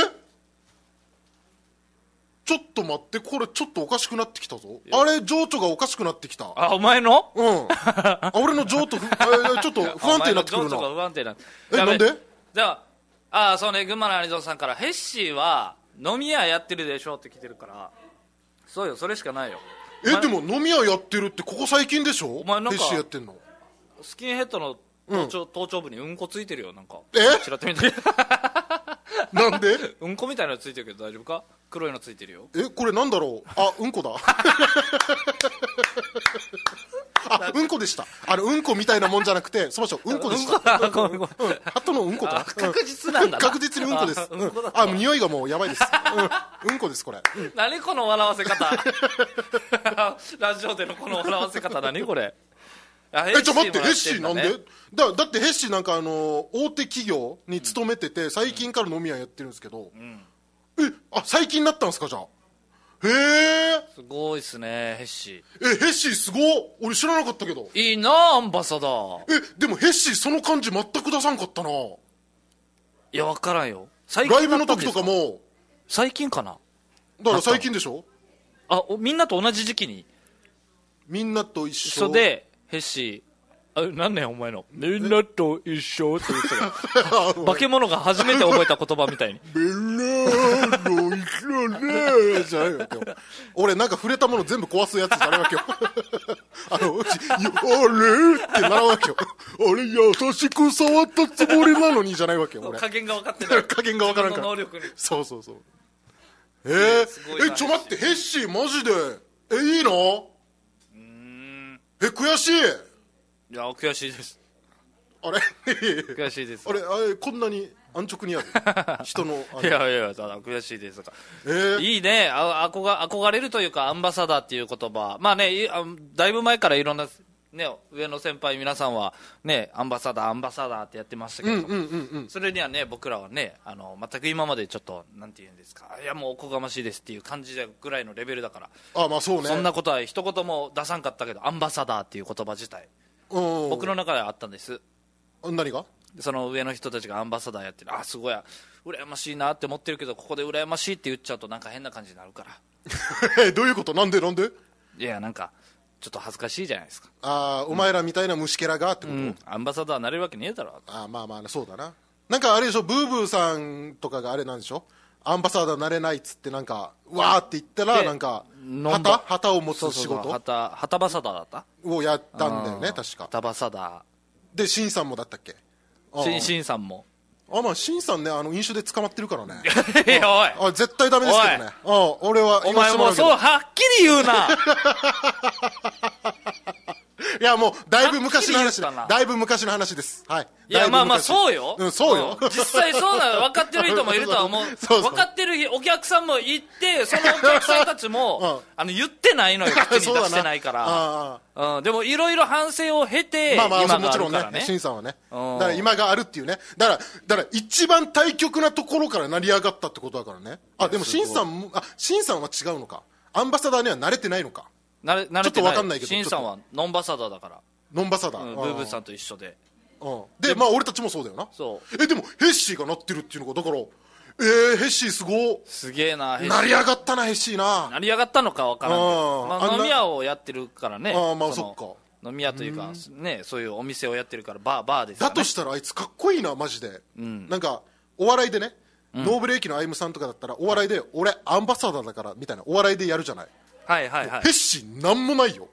[SPEAKER 2] ちょっと待って、これちょっとおかしくなってきたぞ。あれ、情緒がおかしくなってきた。
[SPEAKER 1] あお前の
[SPEAKER 2] うん。あ俺の情緒ふ、 あちょっと不安定になってく
[SPEAKER 1] あお前の情緒
[SPEAKER 2] る
[SPEAKER 1] が
[SPEAKER 2] な。
[SPEAKER 1] 不安定な
[SPEAKER 2] え
[SPEAKER 1] やべ
[SPEAKER 2] なんで
[SPEAKER 1] じゃああーそうね群馬のアニゾンさんからヘッシーは飲み屋やってるでしょって来てるからそうよそれしかないよ
[SPEAKER 2] え、でも飲み屋やってるってここ最近でしょ
[SPEAKER 1] お前なんか
[SPEAKER 2] ヘッシーやってんの。
[SPEAKER 1] スキンヘッドの頭頂,、頭頂部にうんこついてるよなんか
[SPEAKER 2] え
[SPEAKER 1] ちらっと 見たら
[SPEAKER 2] なんで
[SPEAKER 1] うんこみたいなのついてるけど大丈夫か黒いのついてるよ
[SPEAKER 2] え、これなんだろうあ、うんこだ。 あ、うんこでした。あの、うんこみたいなもんじゃなくて、そもそもうんこでした。
[SPEAKER 1] だ ごめんごめん
[SPEAKER 2] うん、鳩のうんこだ
[SPEAKER 1] あ。確実なんだな
[SPEAKER 2] 確実にうんこです
[SPEAKER 1] あ。うんこだ
[SPEAKER 2] あ、もう匂いがもうやばいです。うん、うんこです、これ。
[SPEAKER 1] 何この笑わせ方 ラジオでのこの笑わせ方何これあヘ
[SPEAKER 2] え、ちょ、待って、ヘッシー
[SPEAKER 1] も
[SPEAKER 2] なん
[SPEAKER 1] や
[SPEAKER 2] で
[SPEAKER 1] て
[SPEAKER 2] だ、だってヘッシーなんかあの、大手企業に勤めてて、最近から飲み屋やってるんですけど、え、あ最近になったんですかじゃあへえ
[SPEAKER 1] すごいっすねヘッシ
[SPEAKER 2] えヘッシーすごっ俺知らなかったけど
[SPEAKER 1] ーいいなあアンバサダー
[SPEAKER 2] えでもヘッシーその感じ全く出さんかったない
[SPEAKER 1] やわからんよ最
[SPEAKER 2] ライブ
[SPEAKER 1] だ
[SPEAKER 2] の
[SPEAKER 1] ったんで
[SPEAKER 2] 時
[SPEAKER 1] す
[SPEAKER 2] とかも
[SPEAKER 1] 最近かな
[SPEAKER 2] だから最近でしょ
[SPEAKER 1] あおみんなと同じ時期に
[SPEAKER 2] みんなと一
[SPEAKER 1] 一緒
[SPEAKER 2] 緒
[SPEAKER 1] でヘッシーあ何ねんお前のみんなと一緒って言ってたよ化け物が初めて覚えた言葉みたいに
[SPEAKER 2] ベラーの一緒ねじゃないわけよ俺なんか触れたもの全部壊すやつじゃないわけよ あのうちあれってならんわけよ俺優しく触ったつもりなのにじゃないわけよ 俺
[SPEAKER 1] 加減が分かってない
[SPEAKER 2] 加減が分からん
[SPEAKER 1] 自分
[SPEAKER 2] から
[SPEAKER 1] の能力に
[SPEAKER 2] そうそうそうえー
[SPEAKER 1] すごい
[SPEAKER 2] え
[SPEAKER 1] な
[SPEAKER 2] ちょ待ってヘッシーマジでえいいなえ悔しい
[SPEAKER 1] いや悔しいです
[SPEAKER 2] あれ
[SPEAKER 1] 悔しいです
[SPEAKER 2] あれあれこんなに安直にやる人のあの
[SPEAKER 1] いやいやただ悔しいですが
[SPEAKER 2] えー
[SPEAKER 1] いいねあ憧憧れるというかアンバサダーっていう言葉まあねいあだいぶ前からいろんな、ね、上の先輩皆さんは、ね、アンバサダーアンバサダーってやってましたけど、それにはね僕らはねあの全く今までちょっとなんて言うんですかいやもうおこがましいですっていう感じぐらいのレベルだから、
[SPEAKER 2] あまあそうね
[SPEAKER 1] そんなことは一言も出さんかったけどアンバサダーっていう言葉自体
[SPEAKER 2] うん
[SPEAKER 1] 僕の中ではあったんです
[SPEAKER 2] 何が
[SPEAKER 1] その上の人たちがアンバサダーやってるあすごい羨ましいなって思ってるけどここで羨ましいって言っちゃうとなんか変な感じになるから
[SPEAKER 2] えどういうことなんでなんで
[SPEAKER 1] いやなんかちょっと恥ずかしいじゃないですか、
[SPEAKER 2] ああお前らみたいな虫けらがってこと、
[SPEAKER 1] アンバサダーなれるわけねえだろ
[SPEAKER 2] あーまあまあそうだななんかあれでしょブーブーさんとかがあれなんでしょアンバサダーなれないっつってなんかわーって言ったら
[SPEAKER 1] で
[SPEAKER 2] なんか
[SPEAKER 1] 飲ん
[SPEAKER 2] 旗
[SPEAKER 1] だ
[SPEAKER 2] 旗を持
[SPEAKER 1] そ
[SPEAKER 2] つ
[SPEAKER 1] うそう
[SPEAKER 2] 仕
[SPEAKER 1] そう
[SPEAKER 2] 事
[SPEAKER 1] 旗旗バサダーだった
[SPEAKER 2] をやったんだよね
[SPEAKER 1] うん
[SPEAKER 2] 確か
[SPEAKER 1] 旗バサダ
[SPEAKER 2] でシンさんもだったっけ
[SPEAKER 1] ーしんしんさんも
[SPEAKER 2] あまあシンさんねあの飲酒で捕まってるからね
[SPEAKER 1] いやおい
[SPEAKER 2] あ絶対ダメですけどねあ俺は
[SPEAKER 1] お
[SPEAKER 2] 言
[SPEAKER 1] 前
[SPEAKER 2] わせても
[SPEAKER 1] も
[SPEAKER 2] ら
[SPEAKER 1] う
[SPEAKER 2] うけど
[SPEAKER 1] そうはっきり言うな
[SPEAKER 2] いやもうだいぶ昔の話
[SPEAKER 1] はっきり言ったな
[SPEAKER 2] だいぶ昔の話ですはい
[SPEAKER 1] いや
[SPEAKER 2] だぶ昔
[SPEAKER 1] まあまあそうよ、
[SPEAKER 2] うんそうよ
[SPEAKER 1] ん実際そうなの分かってる人もいるとは思う
[SPEAKER 2] そうそう
[SPEAKER 1] 分かってるお客さんもいてそのお客さんたちも、
[SPEAKER 2] うん
[SPEAKER 1] あの言ってないのよ口に出
[SPEAKER 2] そうだ
[SPEAKER 1] してないから
[SPEAKER 2] ああ
[SPEAKER 1] うん、でもいろいろ反省を経て、
[SPEAKER 2] まあまあ、
[SPEAKER 1] 今
[SPEAKER 2] も
[SPEAKER 1] があ
[SPEAKER 2] ちろ
[SPEAKER 1] る
[SPEAKER 2] ん
[SPEAKER 1] から
[SPEAKER 2] ね、
[SPEAKER 1] ね
[SPEAKER 2] しんさんはね。だ
[SPEAKER 1] うん
[SPEAKER 2] から今があるっていうね。だから、だから一番対極なところから成り上がったってことだからね。あ、でもしんさんも、あ、しんさんは違うのか。アンバサダーには慣れてないのか。
[SPEAKER 1] なれ慣れ
[SPEAKER 2] ちょ
[SPEAKER 1] て
[SPEAKER 2] っとわかんないけど
[SPEAKER 1] 新さんはノンバサダーだから、
[SPEAKER 2] ノンバサダー。
[SPEAKER 1] うん、
[SPEAKER 2] う
[SPEAKER 1] ブーブーさ
[SPEAKER 2] ん。
[SPEAKER 1] んと一緒で
[SPEAKER 2] うんで、まあ俺たちもそうだよな。
[SPEAKER 1] そう
[SPEAKER 2] え、でも、ヘッシーがなってるっていうのが、だから、えー、ヘッシーすごい。
[SPEAKER 1] すげえな
[SPEAKER 2] 成り上がったな、ヘッシーな。
[SPEAKER 1] 成り上がったのかわからんけど、
[SPEAKER 2] うん
[SPEAKER 1] ま
[SPEAKER 2] あん
[SPEAKER 1] あ、
[SPEAKER 2] な
[SPEAKER 1] 飲み屋をやってるからね
[SPEAKER 2] ああまあ
[SPEAKER 1] の
[SPEAKER 2] そ
[SPEAKER 1] 飲み屋というか、ね、そういうお店をやってるからバーバーですか
[SPEAKER 2] だ
[SPEAKER 1] ら、ね、
[SPEAKER 2] としたらあいつかっこいいな、マジで。なんか、お笑いでね、ノーブレーキのアイムさんとかだったら、お笑いで、俺アンバサダーだから、みたいな、お笑いでやるじゃない。
[SPEAKER 1] はいはいはい
[SPEAKER 2] ヘッシーなんもないよ。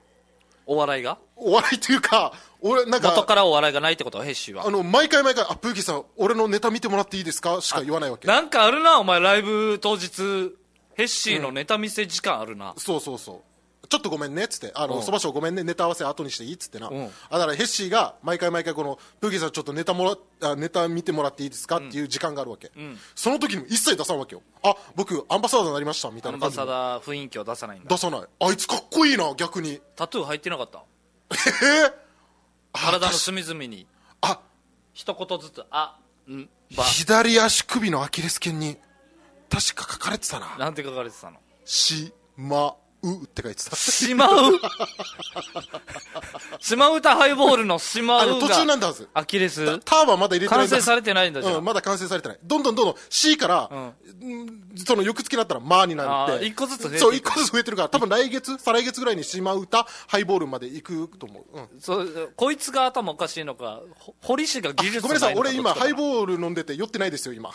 [SPEAKER 1] お笑いが
[SPEAKER 2] お笑いというか、俺、なん
[SPEAKER 1] 元
[SPEAKER 2] か、
[SPEAKER 1] からお笑いがないってことヘッシーは
[SPEAKER 2] あの、毎回毎回、あ、プーキーさん、俺のネタ見てもらっていいですかしか言わないわけ。
[SPEAKER 1] なんかあるなお前ライブ当日ヘッシーのネタ見せ時間あるな、
[SPEAKER 2] そうそうそう。ちょっとごめんね、つって。あ
[SPEAKER 1] うん
[SPEAKER 2] の、そばしょごめんね、ネタ合わせ後にしていいっつってな。
[SPEAKER 1] ん
[SPEAKER 2] あ、だからヘッシーが、毎回毎回この、プーキーさんちょっとネタもら、あネタ見てもらっていいですかっていう時間があるわけ。その時にも一切出さんわけよ。あ、僕、アンバサダーになりました、みた
[SPEAKER 1] ア
[SPEAKER 2] い
[SPEAKER 1] ンバ
[SPEAKER 2] な感じで
[SPEAKER 1] サ。ダー雰囲気を出さないんだ
[SPEAKER 2] 出さない。あいつかっこいいな、逆に。
[SPEAKER 1] タトゥー入ってなかった
[SPEAKER 2] え
[SPEAKER 1] 体の隅々に
[SPEAKER 2] あ、
[SPEAKER 1] 一言ずつ「あ」ん「ば」
[SPEAKER 2] 左足首のアキレス腱に、確か書かれてたな。
[SPEAKER 1] なんて書かれてたの
[SPEAKER 2] しまうって書いて た。
[SPEAKER 1] しまうしまうたハイボールのしま
[SPEAKER 2] あ
[SPEAKER 1] う
[SPEAKER 2] の
[SPEAKER 1] が
[SPEAKER 2] 途中なんだはず。
[SPEAKER 1] アキレス
[SPEAKER 2] タターンはまだ入れてな
[SPEAKER 1] 完
[SPEAKER 2] いんだ
[SPEAKER 1] 成されてないんだじゃ
[SPEAKER 2] うん、
[SPEAKER 1] ん、
[SPEAKER 2] まだ完成されてない。どんどんどんどん C から、うんその翌月になったらまあになるっ
[SPEAKER 1] あー
[SPEAKER 2] て。
[SPEAKER 1] 一個ずつ増えていく
[SPEAKER 2] そう、一個ずつ増えてるから、多分来月、再来月ぐらいにしまうたハイボールまで行くと思う。うん。
[SPEAKER 1] そうこいつが頭おかしいのかほ堀氏が技術
[SPEAKER 2] ごめんなさい、
[SPEAKER 1] のか
[SPEAKER 2] 俺今、
[SPEAKER 1] どっ
[SPEAKER 2] ハイ
[SPEAKER 1] ちか
[SPEAKER 2] ボール飲んでて酔ってないですよ、今。
[SPEAKER 1] い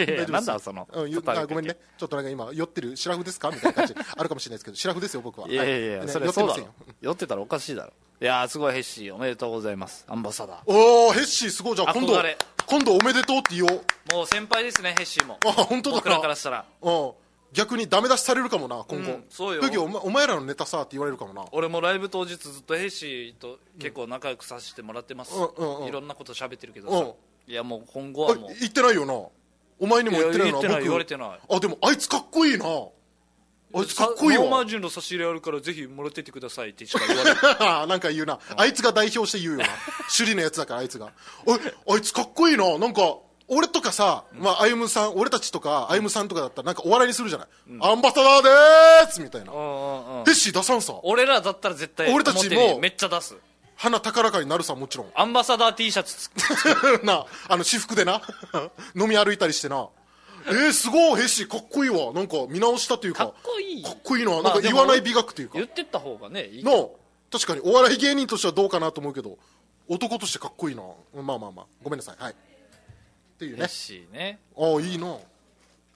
[SPEAKER 1] やいや
[SPEAKER 2] 大丈夫です
[SPEAKER 1] なんだその
[SPEAKER 2] うん、ゆ
[SPEAKER 1] 叩いて
[SPEAKER 2] あごめんね。ちょっとなんか今、酔ってる、シラフですかみたいな感じ。あるかもしれないですけど、シラフですよ、僕は。
[SPEAKER 1] いやいやいや、
[SPEAKER 2] はい
[SPEAKER 1] それは
[SPEAKER 2] ね酔って
[SPEAKER 1] そう
[SPEAKER 2] ま
[SPEAKER 1] だ
[SPEAKER 2] せ
[SPEAKER 1] ろ
[SPEAKER 2] んよ。
[SPEAKER 1] 酔ってたらおかしいだろいやーすごいヘッシーおめでとうございますアンバサダー
[SPEAKER 2] おー、ヘッシー、すごい。じゃあ今度
[SPEAKER 1] 憧れ、
[SPEAKER 2] 今度おめでとうって言おう。
[SPEAKER 1] もう先輩ですねヘッシーも
[SPEAKER 2] あ本当だな
[SPEAKER 1] 僕らからしたら
[SPEAKER 2] うん、逆にダメ出しされるかもな今後、
[SPEAKER 1] うんそうよ
[SPEAKER 2] プギお前お前らのネタさって言われるかもな
[SPEAKER 1] 俺もライブ当日ずっとヘイシーと結構仲良くさせてもらってます、
[SPEAKER 2] うんうんうん
[SPEAKER 1] いろんなこと喋ってるけどさ、いやもう今後はもう
[SPEAKER 2] あ言ってないよなお前にも言ってないよ
[SPEAKER 1] いや言っ
[SPEAKER 2] な
[SPEAKER 1] てない
[SPEAKER 2] 僕
[SPEAKER 1] 言われてない
[SPEAKER 2] あでもあいつかっこいいなあいつかっこいい
[SPEAKER 1] ノーマー
[SPEAKER 2] わ
[SPEAKER 1] ジュの差し入れあるからぜひもらってってくださいってしか言わない
[SPEAKER 2] なんか言 うなあいつが代表して言うよな首里のやつだからあいつがおいあいつかっこいいななんか俺とかさ、まあ、歩夢さん、俺たちとか、歩夢さんとかだったら、なんかお笑いにするじゃない。アンバサダーでーすみたいな
[SPEAKER 1] う。んうんうん
[SPEAKER 2] ヘッシー出さんさ。
[SPEAKER 1] 俺らだったら絶対
[SPEAKER 2] 俺たちも
[SPEAKER 1] 表にめっちゃ出す
[SPEAKER 2] 鼻高らかになるさ、もちろん。
[SPEAKER 1] アンバサダー T シャツつ
[SPEAKER 2] な、あの、私服でな。 飲み歩いたりしてな。えー、すごい、ヘッシー、かっこいいわ。なんか、見直したというか。
[SPEAKER 1] かっこいい
[SPEAKER 2] かっこいいな。なん
[SPEAKER 1] まあ
[SPEAKER 2] か
[SPEAKER 1] で
[SPEAKER 2] 言
[SPEAKER 1] も
[SPEAKER 2] わない美学というか
[SPEAKER 1] 言。ってった方がねいいけど
[SPEAKER 2] の、確かに、お笑い芸人としてはどうかなと思うけど、男としてかっこいいな。まあまあまあ。ごめんなさい。はい。っていうね
[SPEAKER 1] 嬉。しいね
[SPEAKER 2] ああ、いいな。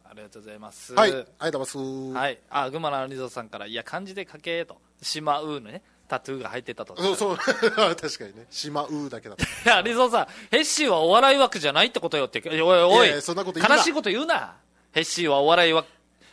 [SPEAKER 1] ありがとうございます
[SPEAKER 2] はい、ありがとうございます。
[SPEAKER 1] はいあ群馬のアリゾさんからいや漢字で書けとしまうのねタトゥーが入ってたと
[SPEAKER 2] そうそう、 確かにね、しまうだけだった。
[SPEAKER 1] アリゾさんヘッシーはお笑い枠じゃないってことよっておいおい
[SPEAKER 2] いやいやそんなこと言うな
[SPEAKER 1] 悲しいこと言うなヘッシーはお笑い枠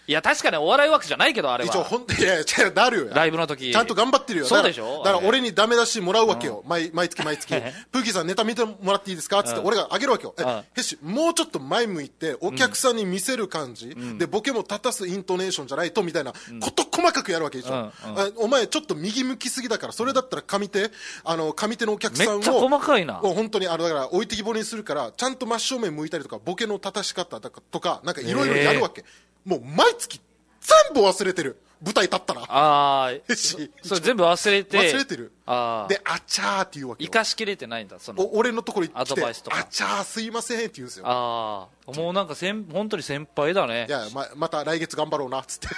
[SPEAKER 1] いや確かにお笑い枠じゃないけどあれ
[SPEAKER 2] 一応、
[SPEAKER 1] は
[SPEAKER 2] 本当に、いやいや、違うなるよ。
[SPEAKER 1] ライブの時
[SPEAKER 2] ちゃんと頑張ってるよ。
[SPEAKER 1] そうでしょ
[SPEAKER 2] だからだ
[SPEAKER 1] あ
[SPEAKER 2] か
[SPEAKER 1] れ
[SPEAKER 2] ら俺にダメ出しもらうわけよ。毎毎月毎月。プーキーさんネタ見てもらっていいですかつって、俺があげるわけよ。え、
[SPEAKER 1] ん
[SPEAKER 2] ヘッシュ、もうちょっと前向いて、お客さんに見せる感じ、で、ボケも立たすイントネーションじゃないと、みたいな、こと細かくやるわけでしょ。
[SPEAKER 1] うんうん
[SPEAKER 2] あお前ちょっと右向きすぎだから、それだったら上手、あの、上手のお客
[SPEAKER 1] め
[SPEAKER 2] さんを。
[SPEAKER 1] っちゃ細かいな
[SPEAKER 2] もう本当にあのだから置いてきぼりにするからちゃんと真正面向いたりとかボケの立たし方だかとかなんかいろいろやるわけ、もう毎月全部忘れてる舞台立ったら
[SPEAKER 1] ああ
[SPEAKER 2] ヘシ
[SPEAKER 1] それ全部忘れて
[SPEAKER 2] 忘れてる
[SPEAKER 1] ああ
[SPEAKER 2] であちゃーって言うわけ
[SPEAKER 1] 生
[SPEAKER 2] よ
[SPEAKER 1] かしきれてないんだその
[SPEAKER 2] お俺のところに
[SPEAKER 1] ア
[SPEAKER 2] 来
[SPEAKER 1] ド
[SPEAKER 2] て
[SPEAKER 1] バイスとか
[SPEAKER 2] あちゃーすいませんって言うんですよ
[SPEAKER 1] ああもうなんか先本当に先輩だね
[SPEAKER 2] いやままた来月頑張ろうなっつって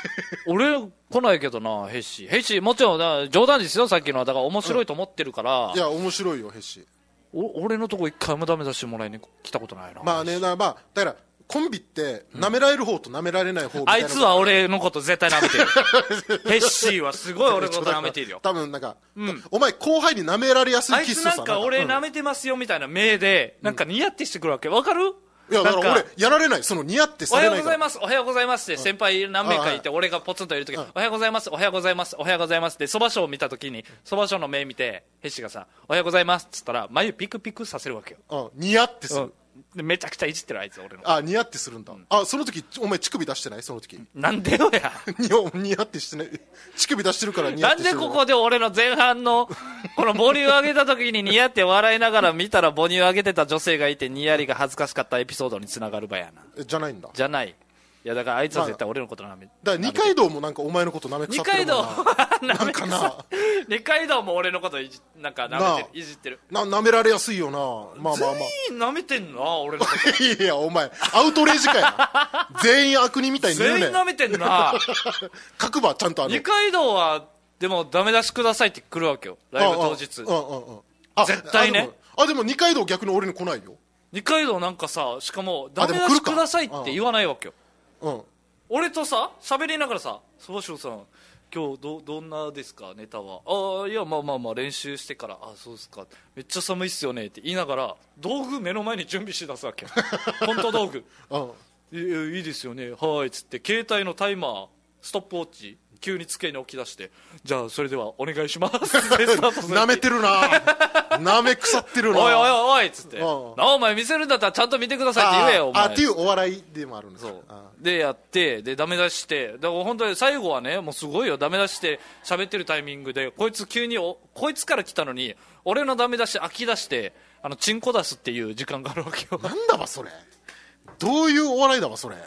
[SPEAKER 1] 俺来ないけどなヘッシーヘッシーもちろんだ冗談ですよさっきのはだから面白いと思ってるから
[SPEAKER 2] い、や面白いよヘッシー
[SPEAKER 1] お俺のとこ一回もダメ出してもらいに来たことないな、
[SPEAKER 2] まあねなまあだからコンビって舐められる方と舐められない方みた
[SPEAKER 1] あ
[SPEAKER 2] い
[SPEAKER 1] い
[SPEAKER 2] なのが
[SPEAKER 1] つは俺のこと絶対舐めてる ヘッシーはすごい俺のこと舐めてるよ
[SPEAKER 2] 多分なんか、お前後輩に舐められやす
[SPEAKER 1] あ
[SPEAKER 2] い
[SPEAKER 1] い
[SPEAKER 2] キス
[SPEAKER 1] つ
[SPEAKER 2] と
[SPEAKER 1] な
[SPEAKER 2] さ
[SPEAKER 1] んか俺舐めてますよみたいな目でなんかニヤってしてくるわけわかる
[SPEAKER 2] いや、だから
[SPEAKER 1] なん
[SPEAKER 2] 俺、やられない。その、似合って
[SPEAKER 1] お
[SPEAKER 2] さ
[SPEAKER 1] は
[SPEAKER 2] れ
[SPEAKER 1] よう
[SPEAKER 2] ない
[SPEAKER 1] ご
[SPEAKER 2] か
[SPEAKER 1] ざい
[SPEAKER 2] ら。
[SPEAKER 1] ます、おはようございますって、先輩何名かいて、俺がポツンといるとき、おはようございます、おはようございます、おはようございますって、そばショーを見たときに、そばショーの目見て、ヘッシーがさ、おはようございますって言ったら、眉ピクピクさせるわけよ。
[SPEAKER 2] うん、似合ってする。
[SPEAKER 1] でめちゃくちゃいじってる、あいつ、俺の。
[SPEAKER 2] あ、似合ってするんだ。あ、その時、お前、乳首出してないその 時。
[SPEAKER 1] なんでよや。
[SPEAKER 2] にお似合ってしてない。乳首出してるから似合
[SPEAKER 1] な
[SPEAKER 2] っ
[SPEAKER 1] ん
[SPEAKER 2] てして
[SPEAKER 1] で
[SPEAKER 2] る。
[SPEAKER 1] ここで俺の前半の、このボリュー上げたときにニヤって笑いながら見たら母乳上げてた女性がいて、ニヤリが恥ずかしかったエピソードにつながる場やな。
[SPEAKER 2] こじゃないんだ。
[SPEAKER 1] じゃない。いや、だからあいつは絶対俺のことなめ、
[SPEAKER 2] だから、二階堂もなんかお前のこと舐め腐
[SPEAKER 1] 二
[SPEAKER 2] って
[SPEAKER 1] 階
[SPEAKER 2] る
[SPEAKER 1] 堂
[SPEAKER 2] もんな。
[SPEAKER 1] は
[SPEAKER 2] なんかな、
[SPEAKER 1] 二階堂も俺のこといじなんか舐め
[SPEAKER 2] なあ
[SPEAKER 1] てるいじってる
[SPEAKER 2] な、舐められやすいよな。まあまあまあ。
[SPEAKER 1] 全員舐めてんな俺のこと
[SPEAKER 2] いやいや、お前、アウトレイジかや。全員悪人みたいに言う
[SPEAKER 1] 全員
[SPEAKER 2] ね。
[SPEAKER 1] 舐めてんな
[SPEAKER 2] 各場ちゃんとある
[SPEAKER 1] 二。階堂はでもダメ出しくださいって来るわけよライブ当日
[SPEAKER 2] うんうんうんうん。あ
[SPEAKER 1] 絶対ね。
[SPEAKER 2] あ、でもあでも二階堂逆に俺に来ないよ。
[SPEAKER 1] 二階堂なんかさしかもダ
[SPEAKER 2] あで
[SPEAKER 1] メ
[SPEAKER 2] も
[SPEAKER 1] 出
[SPEAKER 2] 来る
[SPEAKER 1] し
[SPEAKER 2] か
[SPEAKER 1] くださいって言わないわけよ
[SPEAKER 2] うん。
[SPEAKER 1] 俺とさ喋りながらさ「そばしょうさん今日どどんなですかネタは」ああいやまあまあまあ練習してから「あそうですかめっちゃ寒いっすよね」って言いながら道具目の前に準備して出す わけよコント道具
[SPEAKER 2] うん。
[SPEAKER 1] いやいいですよねはいっつって携帯のタイマーストップウォッチ急に机に置き出してじゃあそれではお願いします ってスタートする
[SPEAKER 2] 舐めてるな舐め腐ってるな
[SPEAKER 1] おいおいおいっつって
[SPEAKER 2] うん
[SPEAKER 1] なあお前見せるんだったらちゃんと見てくださいって言えよお
[SPEAKER 2] あ
[SPEAKER 1] 前
[SPEAKER 2] あっていうお笑いでもあるんです
[SPEAKER 1] そう
[SPEAKER 2] あ
[SPEAKER 1] でやってでダメ出ししてだから本当に最後はねもうすごいよダメ出して喋ってるタイミングでこいつ急におこいつから来たのに俺のダメ出し飽き出してあのチンコ出すっていう時間があるわけよ
[SPEAKER 2] なんだわそれどういうお笑いだわそれあ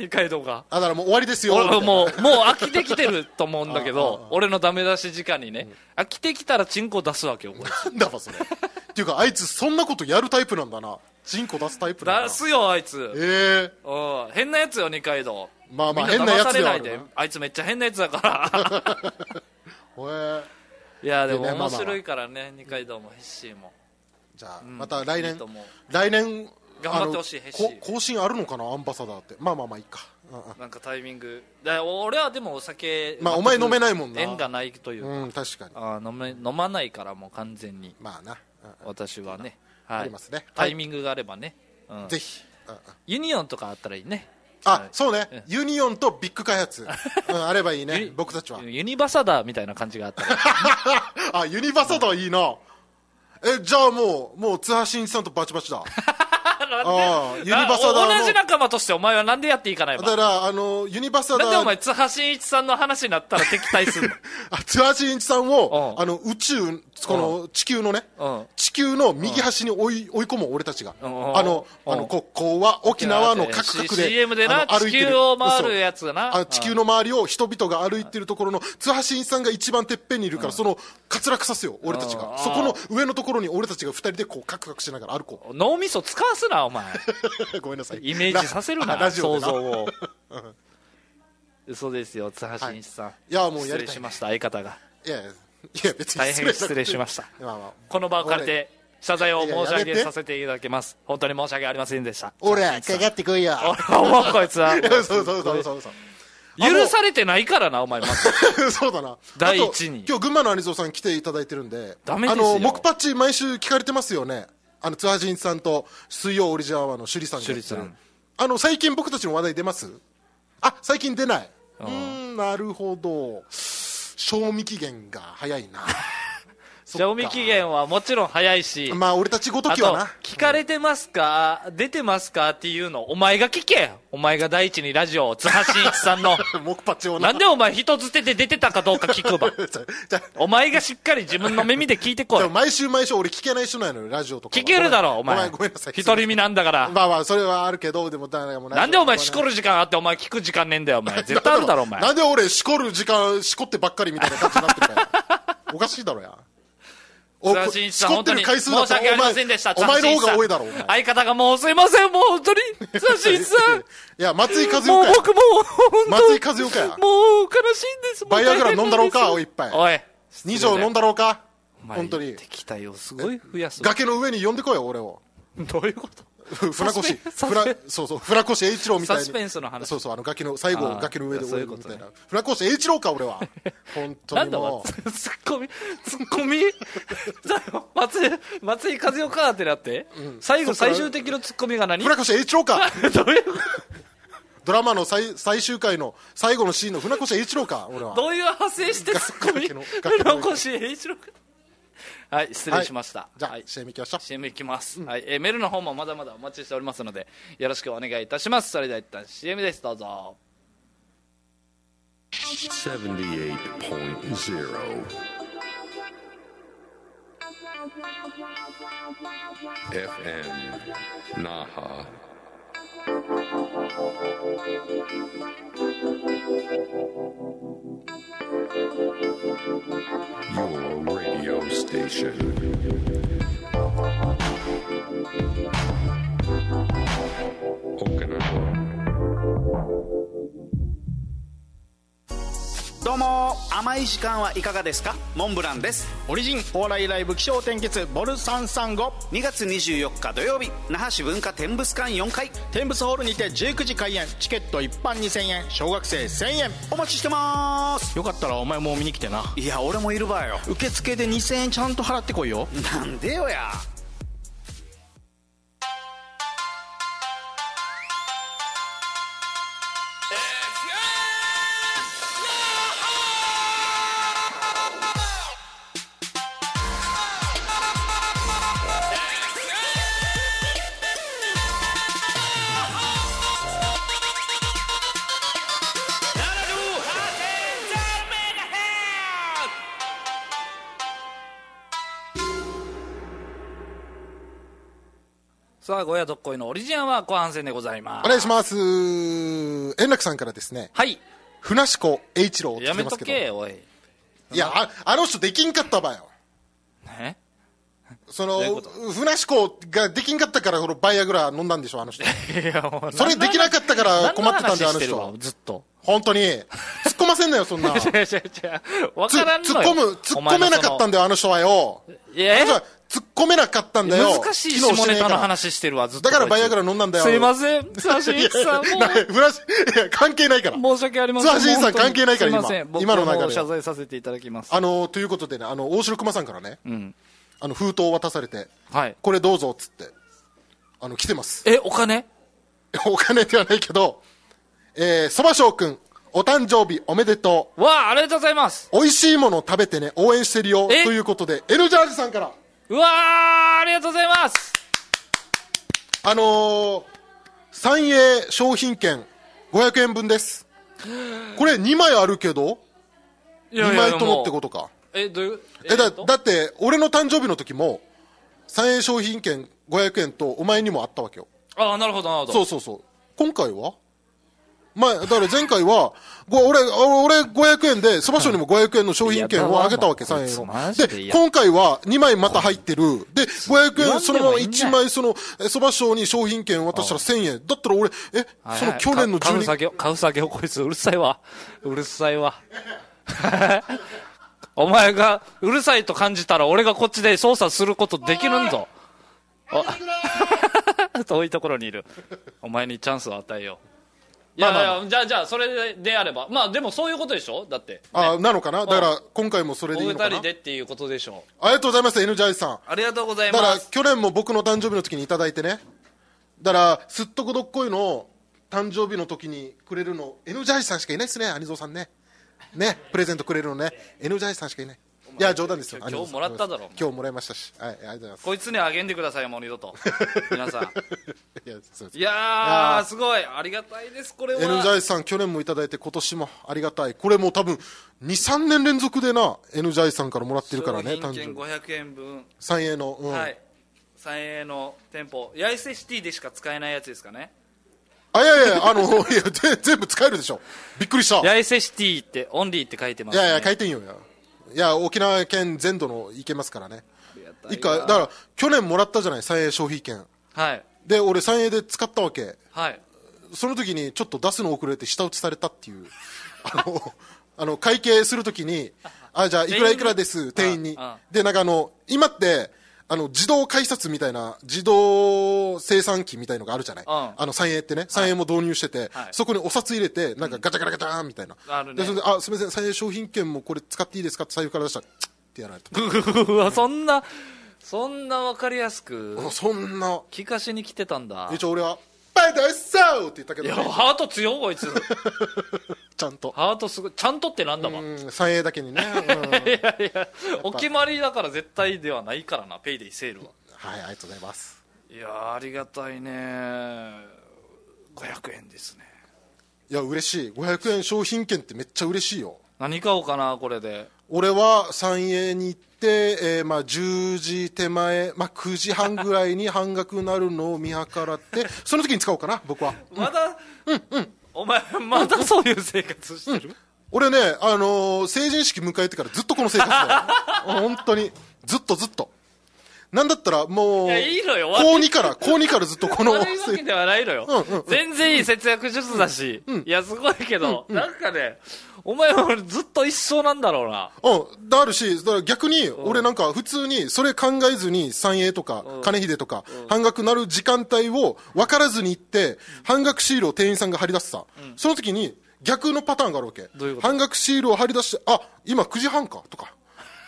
[SPEAKER 1] 二階堂が
[SPEAKER 2] だからもう終わりですよみたい
[SPEAKER 1] 俺
[SPEAKER 2] な
[SPEAKER 1] もう、もう飽きてきてると思うんだけど、俺のダメ出し時間にね、飽きてきたらチンコ出すわけよ、これ
[SPEAKER 2] なんだわそれっていうかあいつそんなことやるタイプなんだなチンコ出すタイプなんだな
[SPEAKER 1] 出すよ、あいつ。
[SPEAKER 2] え
[SPEAKER 1] うん、変なやつよ、二階堂。
[SPEAKER 2] まあまあ
[SPEAKER 1] みんな
[SPEAKER 2] 変なや
[SPEAKER 1] 騙
[SPEAKER 2] つ
[SPEAKER 1] さ
[SPEAKER 2] で
[SPEAKER 1] れ
[SPEAKER 2] は
[SPEAKER 1] な
[SPEAKER 2] あ
[SPEAKER 1] い
[SPEAKER 2] るな
[SPEAKER 1] で。あいつめっちゃ変なやつだ から。
[SPEAKER 2] えー、
[SPEAKER 1] いや、でも
[SPEAKER 2] いやねまあ
[SPEAKER 1] 面
[SPEAKER 2] まあ
[SPEAKER 1] 白いからね、二階堂も必死も。
[SPEAKER 2] じゃあまた来
[SPEAKER 1] い
[SPEAKER 2] 年、
[SPEAKER 1] いと思う
[SPEAKER 2] 来年
[SPEAKER 1] 頑張ってほしい
[SPEAKER 2] あの
[SPEAKER 1] ヘッシ
[SPEAKER 2] こ
[SPEAKER 1] ー
[SPEAKER 2] 更新あるのかなアンバサダーってまあまあまあいいか、うんうん
[SPEAKER 1] なんかタイミング。だ俺はでもお酒、
[SPEAKER 2] まあお前飲めないもんな
[SPEAKER 1] 縁がないというか、
[SPEAKER 2] うん、確かに
[SPEAKER 1] あー飲め飲まないからもう完全に、
[SPEAKER 2] まあな、うん
[SPEAKER 1] 私はね。は
[SPEAKER 2] あり
[SPEAKER 1] い
[SPEAKER 2] ますねはい。
[SPEAKER 1] タイミングがあればね。うん
[SPEAKER 2] ぜひ、うんうん
[SPEAKER 1] ユニオンとかあったらいいね。
[SPEAKER 2] あ、そうね。ユニオンとビッグ 開発。うん、あればいい
[SPEAKER 1] ユ
[SPEAKER 2] ね
[SPEAKER 1] ニ。
[SPEAKER 2] 僕たちは。
[SPEAKER 1] ユニバサダーみたいな感じがあったら
[SPEAKER 2] あ、 ユニバサダーいいな。え、じゃあもう、もう、津波慎一さんとバチバチだ。
[SPEAKER 1] から
[SPEAKER 2] あ
[SPEAKER 1] な
[SPEAKER 2] あ
[SPEAKER 1] んで
[SPEAKER 2] ユニバサダの
[SPEAKER 1] な同じ仲間としてお前はなんでやっていかない
[SPEAKER 2] だ
[SPEAKER 1] の
[SPEAKER 2] からあのユニバサダ
[SPEAKER 1] なんでお前津波真一さんの話になったら敵対すんの
[SPEAKER 2] あ津波真一さんを、
[SPEAKER 1] うん
[SPEAKER 2] あの宇宙この地球のね、
[SPEAKER 1] うん
[SPEAKER 2] 地球の右端に追い追い込もう俺たちが、
[SPEAKER 1] うん
[SPEAKER 2] あの、
[SPEAKER 1] うん
[SPEAKER 2] あのここは沖縄のカクカクで
[SPEAKER 1] CM でな
[SPEAKER 2] あの歩
[SPEAKER 1] 地
[SPEAKER 2] いてる
[SPEAKER 1] 球を回るやつがな
[SPEAKER 2] あ地球の周りを人々が歩いてるところの津波真一さんが一番てっぺんにいるから、その滑落させよう俺たち
[SPEAKER 1] うん
[SPEAKER 2] がそこの上のところに俺たちが二人でこう カクカクしながら歩こ
[SPEAKER 1] 脳みそ使わすなお前
[SPEAKER 2] うごめんなさい
[SPEAKER 1] イメージさせるな
[SPEAKER 2] ララジ
[SPEAKER 1] 想
[SPEAKER 2] オでな
[SPEAKER 1] 像を嘘ですよ津波真一さん、
[SPEAKER 2] いやもう
[SPEAKER 1] 失
[SPEAKER 2] やり
[SPEAKER 1] 礼
[SPEAKER 2] たい
[SPEAKER 1] しました相方が
[SPEAKER 2] いやいやいや別に
[SPEAKER 1] 大変失礼しま
[SPEAKER 2] し
[SPEAKER 1] した
[SPEAKER 2] た、まあまあ、
[SPEAKER 1] この場を借りて謝罪を申し上
[SPEAKER 2] いややめ
[SPEAKER 1] げ
[SPEAKER 2] て
[SPEAKER 1] させていただきます本当に申し訳ありませんでした
[SPEAKER 2] 俺かかってこいや
[SPEAKER 1] おもうこいつは
[SPEAKER 2] そうそうそうそうそう
[SPEAKER 1] 許されてないからなお前まず
[SPEAKER 2] そうだな。
[SPEAKER 1] 第一に
[SPEAKER 2] あと今日、群馬のアニゾーさん来ていただいてるんで。
[SPEAKER 1] ダメですよ
[SPEAKER 2] あの、木パッチ毎週聞かれてますよね。あの、ツアージンさんと、水曜オリジナルアワーの趣里さんがやってる
[SPEAKER 1] 趣里
[SPEAKER 2] あの、最近僕たちの話題出ますあ、最近出ない。う
[SPEAKER 1] あー
[SPEAKER 2] ーん、なるほど。賞味期限が早い な。そっか
[SPEAKER 1] 賞味期限はもちろん早いし、
[SPEAKER 2] まあ、俺たちごと
[SPEAKER 1] あ
[SPEAKER 2] き
[SPEAKER 1] と
[SPEAKER 2] はな。
[SPEAKER 1] 聞かれてますか、出てますかっていうのお前が聞けお前が第一にラジオを津波真一さんの
[SPEAKER 2] 木パッチを
[SPEAKER 1] なんでお前人つてて出てたかどうか聞くば
[SPEAKER 2] じゃじゃ
[SPEAKER 1] お前がしっかり自分の耳で聞いてこ
[SPEAKER 2] で
[SPEAKER 1] い
[SPEAKER 2] も毎週毎週俺聞けない人なのよ、ラジオとかは。
[SPEAKER 1] 聞けるだろお
[SPEAKER 2] ごめん
[SPEAKER 1] 前
[SPEAKER 2] ごめんなさい。
[SPEAKER 1] 独り身なんだから
[SPEAKER 2] まあまあ、それはあるけど、でも、だからもうラジオ
[SPEAKER 1] なんでお前
[SPEAKER 2] と
[SPEAKER 1] し
[SPEAKER 2] かね
[SPEAKER 1] こる時間あってお前聞く時間ねえんだよお前絶対あるだろお前
[SPEAKER 2] なんで俺、しこる時間、しこってばっかりみたいな感じになってる から。おかしいだろや。
[SPEAKER 1] 津
[SPEAKER 2] お
[SPEAKER 1] 波真一さん
[SPEAKER 2] しこ
[SPEAKER 1] 本
[SPEAKER 2] って
[SPEAKER 1] 当
[SPEAKER 2] る
[SPEAKER 1] に
[SPEAKER 2] 回
[SPEAKER 1] 申
[SPEAKER 2] 数
[SPEAKER 1] し
[SPEAKER 2] だったら
[SPEAKER 1] 訳ありませんでした
[SPEAKER 2] お前お前の
[SPEAKER 1] 津
[SPEAKER 2] 方が多
[SPEAKER 1] 波
[SPEAKER 2] いだろ、
[SPEAKER 1] 真
[SPEAKER 2] お
[SPEAKER 1] 一さん
[SPEAKER 2] 前。
[SPEAKER 1] 相方がもうすいませんもう本当 に津波真一さん
[SPEAKER 2] いや、松井和
[SPEAKER 1] もう
[SPEAKER 2] 代か
[SPEAKER 1] 僕もう本当
[SPEAKER 2] 松井和代かや
[SPEAKER 1] もう悲しいんですもう
[SPEAKER 2] バイアグラ飲んだろうか
[SPEAKER 1] 大変なんです
[SPEAKER 2] おいっぱい
[SPEAKER 1] おい
[SPEAKER 2] 二条飲んだろうか
[SPEAKER 1] お前
[SPEAKER 2] 本当に。
[SPEAKER 1] 敵対をすごい増やす
[SPEAKER 2] 崖の上に呼んでこいよ、俺を。
[SPEAKER 1] どういうこと
[SPEAKER 2] ふ船越、
[SPEAKER 1] サスペン
[SPEAKER 2] ふらそうそう、船越英一郎みたいに。
[SPEAKER 1] サスペンスの話
[SPEAKER 2] そうそう、あの崖の、最後
[SPEAKER 1] あ、ー
[SPEAKER 2] 崖の上で
[SPEAKER 1] そう
[SPEAKER 2] 終
[SPEAKER 1] い
[SPEAKER 2] え
[SPEAKER 1] う
[SPEAKER 2] る
[SPEAKER 1] こ
[SPEAKER 2] み
[SPEAKER 1] と
[SPEAKER 2] た
[SPEAKER 1] ね
[SPEAKER 2] いな。船越英一郎か、俺は。本当
[SPEAKER 1] な
[SPEAKER 2] に
[SPEAKER 1] んだ
[SPEAKER 2] も
[SPEAKER 1] お
[SPEAKER 2] う。
[SPEAKER 1] 前ツッコミツッコミ 松井松井和代かってなって最後
[SPEAKER 2] そっから
[SPEAKER 1] 最終的のツッコミが何ど
[SPEAKER 2] 船越英一郎か
[SPEAKER 1] ういう
[SPEAKER 2] ドラマの最最終回の最後のシーンの船越英一郎か、俺は。
[SPEAKER 1] どういう派生してツッコミ
[SPEAKER 2] 崖の崖の上
[SPEAKER 1] 残し栄一郎君はい失礼しました、
[SPEAKER 2] はいじゃあ、
[SPEAKER 1] はい
[SPEAKER 2] CM 行きましょう。
[SPEAKER 1] CM いきます、はいえーメールの方もまだまだお待ちしておりますのでよろしくお願いいたしますそれでは一旦 CM ですどうぞ
[SPEAKER 3] 78.0 FM Naha. Your radio station. Okinawa.
[SPEAKER 4] どうも甘い時間はいかがですかモンブランです
[SPEAKER 5] オリジンお笑いライブ気象転結ボル335
[SPEAKER 4] 2月24日土曜日那覇市文化天物館4階
[SPEAKER 5] 天物ホールにて19時開演チケット一般2000円小学生1000円
[SPEAKER 4] お待ちしてます
[SPEAKER 5] よかったらお前も見に来てない
[SPEAKER 4] や俺もいるばよ
[SPEAKER 5] 受付で2000円ちゃんと払ってこいよ
[SPEAKER 4] なんでよや
[SPEAKER 1] さあゴヤどっこいのオリジンは後半戦でございます
[SPEAKER 2] お願いします。円楽さんからですね、
[SPEAKER 1] はい
[SPEAKER 2] 船しこ英一郎って
[SPEAKER 1] や
[SPEAKER 2] 来て
[SPEAKER 1] め
[SPEAKER 2] ま
[SPEAKER 1] と
[SPEAKER 2] すけど。
[SPEAKER 1] けおい
[SPEAKER 2] いや、ああの人できんかったばよ。
[SPEAKER 1] え
[SPEAKER 2] そ
[SPEAKER 1] どういう
[SPEAKER 2] の
[SPEAKER 1] こ、
[SPEAKER 2] 船しこができんかったから、このバイアグラ飲んだんでしょ、あ の人。
[SPEAKER 1] いやもう
[SPEAKER 2] それできなかったから
[SPEAKER 1] 何の
[SPEAKER 2] 困ってたんだよ、あ
[SPEAKER 1] 話
[SPEAKER 2] の
[SPEAKER 1] してるわ
[SPEAKER 2] 人。
[SPEAKER 1] ずっと
[SPEAKER 2] 本当に。突っ込ませんなよ、そ んな。
[SPEAKER 1] 違
[SPEAKER 2] つ
[SPEAKER 1] う違う違う分
[SPEAKER 2] 突
[SPEAKER 1] か
[SPEAKER 2] っ
[SPEAKER 1] らんのよ
[SPEAKER 2] 込む、突っ込めなかったん
[SPEAKER 1] だ
[SPEAKER 2] だよ、あの人はよ。あの人は突っ込めなかったんだよ。
[SPEAKER 1] 難しい
[SPEAKER 2] 機能
[SPEAKER 1] 下
[SPEAKER 2] てね
[SPEAKER 1] ネ
[SPEAKER 2] え
[SPEAKER 1] タ
[SPEAKER 2] から
[SPEAKER 1] の話してるわずっと
[SPEAKER 2] だから
[SPEAKER 1] こい
[SPEAKER 2] バ
[SPEAKER 1] つ
[SPEAKER 2] イアグラ飲んだんだよ。
[SPEAKER 1] すいません津波真一さんも
[SPEAKER 2] なフラッシュいや関係ないから。
[SPEAKER 1] 申し訳ありません。
[SPEAKER 2] 津波新さん
[SPEAKER 1] 本当に
[SPEAKER 2] 関係ないから
[SPEAKER 1] す
[SPEAKER 2] 今
[SPEAKER 1] いません僕
[SPEAKER 2] 今の流れは
[SPEAKER 1] もう謝罪させていただきます。
[SPEAKER 2] あのということでね、あの大城熊さんからね、
[SPEAKER 1] ん
[SPEAKER 2] あの封筒を渡されて、
[SPEAKER 1] はい。
[SPEAKER 2] これどうぞっつって、あの来てます。
[SPEAKER 1] え、お金
[SPEAKER 2] お金ではないけど、えー、そば翔くん、お誕生日おめでと
[SPEAKER 1] わあ、ありがとうございます。
[SPEAKER 2] う。美味しいもの食べてね、応援してるよ。と
[SPEAKER 1] え
[SPEAKER 2] いうことで、L ジャージさんから、
[SPEAKER 1] うわあ、ありがとうございます。
[SPEAKER 2] あのー、三栄商品券500円分です。これ2枚あるけど、
[SPEAKER 1] い
[SPEAKER 2] 2枚ともってこととか。
[SPEAKER 1] えどういう
[SPEAKER 2] えだ
[SPEAKER 1] っと
[SPEAKER 2] だって、俺の誕生日の時も、三栄商品券500円とお前にもあったわけよ。
[SPEAKER 1] ああなるほどなるほど
[SPEAKER 2] そうそうそう。今回は前、だから前回は、ご俺、俺俺500円で、そば賞にも500円の商品券をあげたわけ、
[SPEAKER 1] いや
[SPEAKER 2] 3円
[SPEAKER 1] まあ
[SPEAKER 2] の。
[SPEAKER 1] こいつマジで
[SPEAKER 2] で、
[SPEAKER 1] 嫌
[SPEAKER 2] 今回は2枚また入ってる。で、500
[SPEAKER 1] 言わんでも
[SPEAKER 2] 円、そのまま
[SPEAKER 1] いいんだよ
[SPEAKER 2] 1枚、その、えそば賞に商品券渡したら1000円。だったら俺、え、その去年の
[SPEAKER 1] 買う
[SPEAKER 2] 12、
[SPEAKER 1] 酒を買う酒をこいつうるさいわうるさいわ お前がうるさいと感じたら俺がこっちで操作することできるんぞお遠いところにいるお前にチャンスを与えよういやいや、じゃあじゃあそれであればまあでもそういうことでしょだって
[SPEAKER 2] あ、なのかなだから、今回もそれ
[SPEAKER 1] お
[SPEAKER 2] でいい
[SPEAKER 1] 二
[SPEAKER 2] のかな
[SPEAKER 1] 人でっていうことでしょ
[SPEAKER 2] ありがとうございます、N ジャイさん。
[SPEAKER 1] ありがとうござい
[SPEAKER 2] だか
[SPEAKER 1] ま
[SPEAKER 2] ら
[SPEAKER 1] す
[SPEAKER 2] 去年も僕の誕生日の時にいただいてねだからすっとこどっこいの誕生日の時にくれるの N ジャージさんしかいないですねアニゾーさんねねプレゼントくれるのね N ジャージさんしかいないいや冗談ですよ
[SPEAKER 1] 今
[SPEAKER 2] ア
[SPEAKER 1] 日
[SPEAKER 2] ニゾーさん
[SPEAKER 1] もらっただろお前
[SPEAKER 2] 今日もらいましたしはいありがとうございます
[SPEAKER 1] こいつにあげんでくださいもう二度 と皆さん
[SPEAKER 2] いやすいません
[SPEAKER 1] いやーすごいありがたいですこれは
[SPEAKER 2] N ジャージさん去年もいただいて今年もありがたいこれもう多分23年連続でな N ジャージさんからもらってるからね
[SPEAKER 1] 商品
[SPEAKER 2] 誕
[SPEAKER 1] 券
[SPEAKER 2] 生日
[SPEAKER 1] 500円分、
[SPEAKER 2] 三栄の、うん
[SPEAKER 1] はい三栄の店舗八重瀬シティでしか使えないやつですかね
[SPEAKER 2] あいやいやあのいやぜ全部使えるでしょびっくりした
[SPEAKER 1] 八重瀬シティってオンリーって書いてま
[SPEAKER 2] い
[SPEAKER 1] す、ね、
[SPEAKER 2] やいや、書いてんよや。いや、沖縄県全土の行けますからね。
[SPEAKER 1] たいな
[SPEAKER 2] 一回、だから、去年もらったじゃない、三栄消費券。
[SPEAKER 1] はい
[SPEAKER 2] で、俺、三栄で使ったわけ。
[SPEAKER 1] はい
[SPEAKER 2] その時に、ちょっと出すの遅れて、下打ちされたっていう。 あの、あの会計するときに、あ、じゃあ、いくらいくらです、店員に
[SPEAKER 1] ああ。
[SPEAKER 2] で、なんかあの、今って、あの、自動改札みたいな、自動生産機みたいのがあるじゃない。
[SPEAKER 1] うん
[SPEAKER 2] あの、三栄ってね、三栄も導入してて、
[SPEAKER 1] はい
[SPEAKER 2] そこにお札入れて、なんかガチャガチャガチャーンみたいな。
[SPEAKER 1] あるね
[SPEAKER 2] で、それで、あ、すみません、三栄商品券もこれ使っていいですかって財布から出したら、チッってやられた。
[SPEAKER 1] うわそんなそんな分かりやすく
[SPEAKER 2] あ そんな、
[SPEAKER 1] 聞かしに来てたんだ
[SPEAKER 2] 一応俺は、バイトエッサーって言ったけ
[SPEAKER 1] い
[SPEAKER 2] ど
[SPEAKER 1] や
[SPEAKER 2] ね、
[SPEAKER 1] ハート強いこいつ
[SPEAKER 2] ちゃんと。
[SPEAKER 1] ハートすごいちゃんとってなんだわ、い
[SPEAKER 2] うん、三栄だけにね。うん
[SPEAKER 1] やいやお決まりだから絶対ではないからなペイデイセールは
[SPEAKER 2] はい、ありがとうございます。
[SPEAKER 1] いやーありがたいね500円ですね
[SPEAKER 2] いや、嬉しい。500円商品券ってめっちゃ嬉しいよ。
[SPEAKER 1] 何買おうかなこれで
[SPEAKER 2] 俺は三栄に行って、えーまあ、10時手前、まあ、9時半ぐらいに半額になるのを見計らって、 その時に使おうかな、僕は。
[SPEAKER 1] まだ、お前、まだそういう生活してる、
[SPEAKER 2] 俺ね、あのー成人式迎えてからずっとこの生活だよ。 本当に。ずっとずっと。なんだったらもう、
[SPEAKER 1] いやいいのよ
[SPEAKER 2] 高2から、高2からずっとこの、
[SPEAKER 1] 悪いわけではないのよ、
[SPEAKER 2] うんうん
[SPEAKER 1] 全然いい節約術だし、いや、すごいけど、なんかね、お前はずっと一生なんだろうな。
[SPEAKER 2] うん、だあるし、だから逆に、俺なんか普通に、それ考えずに、三栄とか、金秀とか、半額なる時間帯を分からずに行って、半額シールを店員さんが貼り出すさ、その時に、逆のパターンがあるわけ
[SPEAKER 1] どういうこと
[SPEAKER 2] 半額シールを貼り出して、あ、今9時半か、とか、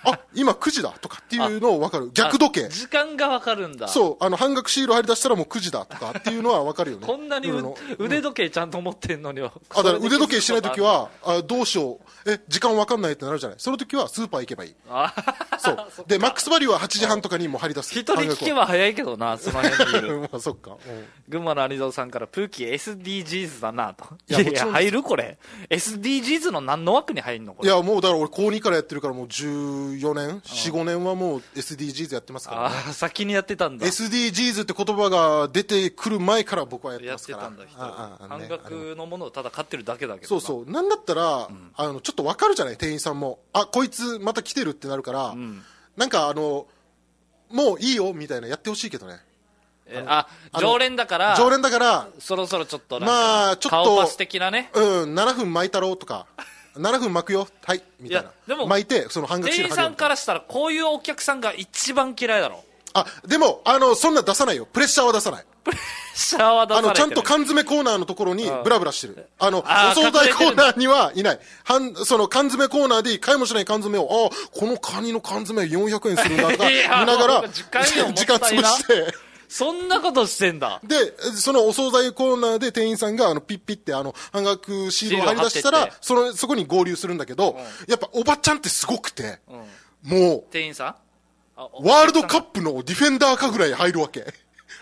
[SPEAKER 2] あ、今9時だ、とかっていうのを分かる。逆時計
[SPEAKER 1] あ。時間がわかるんだ。
[SPEAKER 2] そう、あの、半額シールを貼り出したらもう9時だ、とかっていうのは分かるよね。
[SPEAKER 1] こんなに
[SPEAKER 2] う
[SPEAKER 1] う、
[SPEAKER 2] の
[SPEAKER 1] 腕時計ちゃんと持ってんのによ。
[SPEAKER 2] あだから
[SPEAKER 1] それで
[SPEAKER 2] 腕時計しないとき
[SPEAKER 1] 気づくこ
[SPEAKER 2] はあ、どうしよう、え、時間わかんないってなるじゃない、そのときはスーパー行けばいい、
[SPEAKER 1] とある。 あ
[SPEAKER 2] そうでマックスバリューは8時半とかにもう張り出す
[SPEAKER 1] 人に聞けば早いけどな、その辺にい
[SPEAKER 2] 半額
[SPEAKER 1] る。
[SPEAKER 2] は まあそっか、うん
[SPEAKER 1] 群馬のアニゾーさんから、プーキー SDGs だなと。い
[SPEAKER 2] いや
[SPEAKER 1] や、
[SPEAKER 2] も
[SPEAKER 1] い
[SPEAKER 2] ち
[SPEAKER 1] や
[SPEAKER 2] ろん
[SPEAKER 1] 入るこれ。SDGs の何の枠に入んのこ
[SPEAKER 2] い
[SPEAKER 1] れ。
[SPEAKER 2] やもうだから俺高2からやってるからもう14年45年はもう SDGs やってますから、ね、
[SPEAKER 1] ああ、先にやってたんだ。
[SPEAKER 2] SDGs って言葉が出てくる前から僕はやって
[SPEAKER 1] や
[SPEAKER 2] ま
[SPEAKER 1] っ
[SPEAKER 2] す
[SPEAKER 1] て
[SPEAKER 2] から
[SPEAKER 1] たんだ人
[SPEAKER 2] あああのね
[SPEAKER 1] 半額のものをただ買ってるだけだけど
[SPEAKER 2] そう
[SPEAKER 1] な
[SPEAKER 2] そうなんだったら、あのちょっとわかるじゃない店員さんもあこいつまた来てるってなるから、なんかあのもういいよみたいなやってほしいけどね
[SPEAKER 1] えあ
[SPEAKER 2] あの
[SPEAKER 1] 常連だから
[SPEAKER 2] 常連だから
[SPEAKER 1] そろそろちょっとなんか
[SPEAKER 2] まあちょっと
[SPEAKER 1] 顔パス的なね
[SPEAKER 2] うん、7分巻いたろうとか、7分巻くよ、はい、みたい
[SPEAKER 1] い
[SPEAKER 2] な
[SPEAKER 1] や。でも
[SPEAKER 2] 巻いて、その半額シー
[SPEAKER 1] 店員
[SPEAKER 2] ル貼る
[SPEAKER 1] さ
[SPEAKER 2] よ
[SPEAKER 1] んからしたらこういうお客さんが一番嫌いだろ
[SPEAKER 2] あ、でも、あの、そんな出さないよ。プレッシャーは出さない。
[SPEAKER 1] シャワー出さ
[SPEAKER 2] あ
[SPEAKER 1] れて
[SPEAKER 2] の、
[SPEAKER 1] る
[SPEAKER 2] ちゃんと缶詰コーナーのところにブラブラしてる。あの、
[SPEAKER 1] あ
[SPEAKER 2] お
[SPEAKER 1] ー
[SPEAKER 2] 惣菜
[SPEAKER 1] 隠れて
[SPEAKER 2] コ
[SPEAKER 1] る
[SPEAKER 2] ー
[SPEAKER 1] んだ
[SPEAKER 2] ナーにはいない。はん、その缶詰コーナーで買いもしない缶詰を、あーこのカニの缶詰400円するんだとか、
[SPEAKER 1] い
[SPEAKER 2] 見
[SPEAKER 1] や
[SPEAKER 2] ながら、
[SPEAKER 1] 時間よもっ
[SPEAKER 2] 時
[SPEAKER 1] た
[SPEAKER 2] 間
[SPEAKER 1] いな
[SPEAKER 2] 潰して。
[SPEAKER 1] そんなことしてんだ
[SPEAKER 2] で、そのお惣菜コーナーで店員さんが、あの、ピッピって、あの、半額シールを貼り出した
[SPEAKER 1] シールを貼っ
[SPEAKER 2] ら
[SPEAKER 1] てっ、て
[SPEAKER 2] その、そこに合流するんだけど、やっぱおばちゃんってすごくて、もう、
[SPEAKER 1] 店員さん
[SPEAKER 2] ワールドカップのディフェンダーかぐらい入るわけ。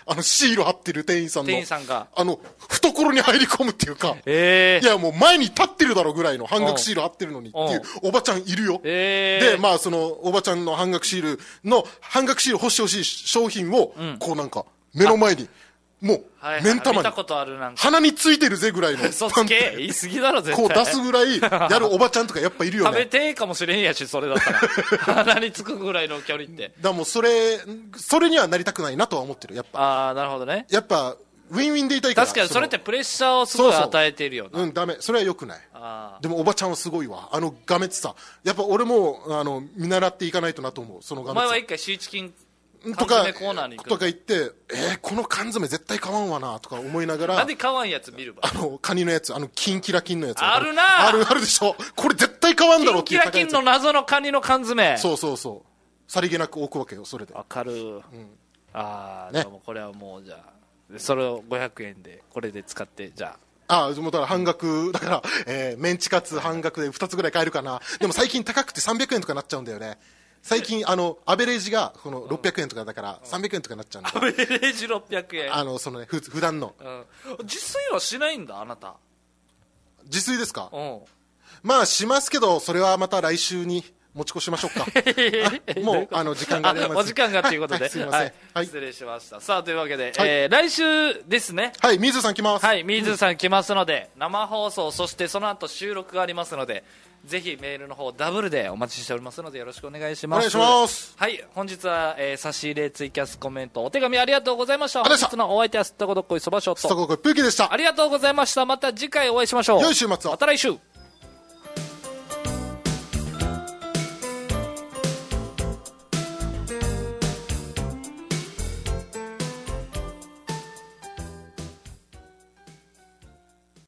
[SPEAKER 2] あの、シール貼ってる店員さんの。
[SPEAKER 1] 店員さんが
[SPEAKER 2] あの、懐に入り込むっていうか。
[SPEAKER 1] え
[SPEAKER 2] いや、もう前に立ってるだろぐらいの半額シール貼ってるのにっていう、おばちゃんいるよ。
[SPEAKER 1] えー
[SPEAKER 2] で、まあ、その、おばちゃんの半額シールの、半額シール欲しい欲しい商品を、こうなんか、目の前に、もう
[SPEAKER 1] はいは、い
[SPEAKER 2] 目ん玉
[SPEAKER 1] 見
[SPEAKER 2] に
[SPEAKER 1] た、ことあるなんか
[SPEAKER 2] 鼻についてるぜぐらいの、
[SPEAKER 1] 嘘
[SPEAKER 2] パ
[SPEAKER 1] つ
[SPEAKER 2] ン
[SPEAKER 1] け言い過ぎだろ絶
[SPEAKER 2] こ
[SPEAKER 1] 対
[SPEAKER 2] う出すぐらい、やるおばちゃんとかやっぱいるよ
[SPEAKER 1] 食べ
[SPEAKER 2] ね。
[SPEAKER 1] てえかもしれんやしそれだったら 鼻につくぐらいの距離って
[SPEAKER 2] だからもう、それ、それにはなりたくないなとは思ってる。やっぱ、
[SPEAKER 1] ああなるほどね
[SPEAKER 2] やっぱ、ウィンウィンでいたいから。
[SPEAKER 1] 確かにそれっ
[SPEAKER 2] の
[SPEAKER 1] てプレッシャーをすごい
[SPEAKER 2] そうそう
[SPEAKER 1] 与えてるよな
[SPEAKER 2] うん、ダメ。それは良くない。
[SPEAKER 1] あ
[SPEAKER 2] でもおばちゃんはすごいわ。あの画面さ。やっぱ俺も、あの、見習っていかないとなと思う。その
[SPEAKER 1] お
[SPEAKER 2] 画面
[SPEAKER 1] 前
[SPEAKER 2] さ。
[SPEAKER 1] は一回シーチキン缶
[SPEAKER 2] とか
[SPEAKER 1] 詰、コーナーに行
[SPEAKER 2] と
[SPEAKER 1] く
[SPEAKER 2] か言って、えー、この缶詰絶対買わんわな、とか思いなが
[SPEAKER 1] な
[SPEAKER 2] ら
[SPEAKER 1] んで、買わんやつ見るば
[SPEAKER 2] あの、カニのやつ、あの、キンキラキンのやつ。
[SPEAKER 1] あるな
[SPEAKER 2] あるあるでしょ。これ絶対買わんだ
[SPEAKER 1] キ
[SPEAKER 2] ろ
[SPEAKER 1] ン
[SPEAKER 2] って
[SPEAKER 1] キ
[SPEAKER 2] いう
[SPEAKER 1] ラ
[SPEAKER 2] 高い
[SPEAKER 1] キ
[SPEAKER 2] や
[SPEAKER 1] ン
[SPEAKER 2] つ
[SPEAKER 1] の謎のカニの缶詰
[SPEAKER 2] そうそうそう。さりげなく置くわけよ、それで。
[SPEAKER 1] わかる、ああ、
[SPEAKER 2] ね
[SPEAKER 1] でもこれはもうじゃあでそれを500円でこれで使ってじゃ
[SPEAKER 2] ああ、もうだから半額、だから、えーメンチカツ半額で2つぐらい買えるかな。でも最近高くて300円とかなっちゃうんだよね。最近、あの、アベレージが、この600円とかだから、300円とかなっちゃうんだ
[SPEAKER 1] あ
[SPEAKER 2] よ
[SPEAKER 1] アベレージ600円
[SPEAKER 2] あの、そのね、ふ普段の。
[SPEAKER 1] うん自炊はしないんだあなた
[SPEAKER 2] 自炊ですか
[SPEAKER 1] うん
[SPEAKER 2] まあ、しますけど、それはまた来週に持ち越しましょ うか。あもう、あの、時間があります。
[SPEAKER 1] お時間がということ
[SPEAKER 2] は
[SPEAKER 1] で、
[SPEAKER 2] いはいすいません。
[SPEAKER 1] は
[SPEAKER 2] はいい
[SPEAKER 1] 失。礼しましたさあというわけで、
[SPEAKER 2] はい
[SPEAKER 1] えー来週ですね
[SPEAKER 2] はい、水野さん来ます。
[SPEAKER 1] はい、水さん来ますので、生放送、そしてその後収録がありますので、ぜひメールの方ダブルでお待ちしておりますので、よろしくお願いします。
[SPEAKER 2] お願いします。
[SPEAKER 1] はい、本日は、えー差し入れツイキャスコメント、お手紙ありがとうございました。
[SPEAKER 2] あり
[SPEAKER 1] 本
[SPEAKER 2] が
[SPEAKER 1] 日
[SPEAKER 2] とうございました
[SPEAKER 1] のお相手はすったことっこいそばショ
[SPEAKER 2] スタ
[SPEAKER 1] ット。
[SPEAKER 2] ココプーキーでした
[SPEAKER 1] あ。りがとうございました。また次回お会いしましょう。
[SPEAKER 2] 良い週末を
[SPEAKER 1] また来週。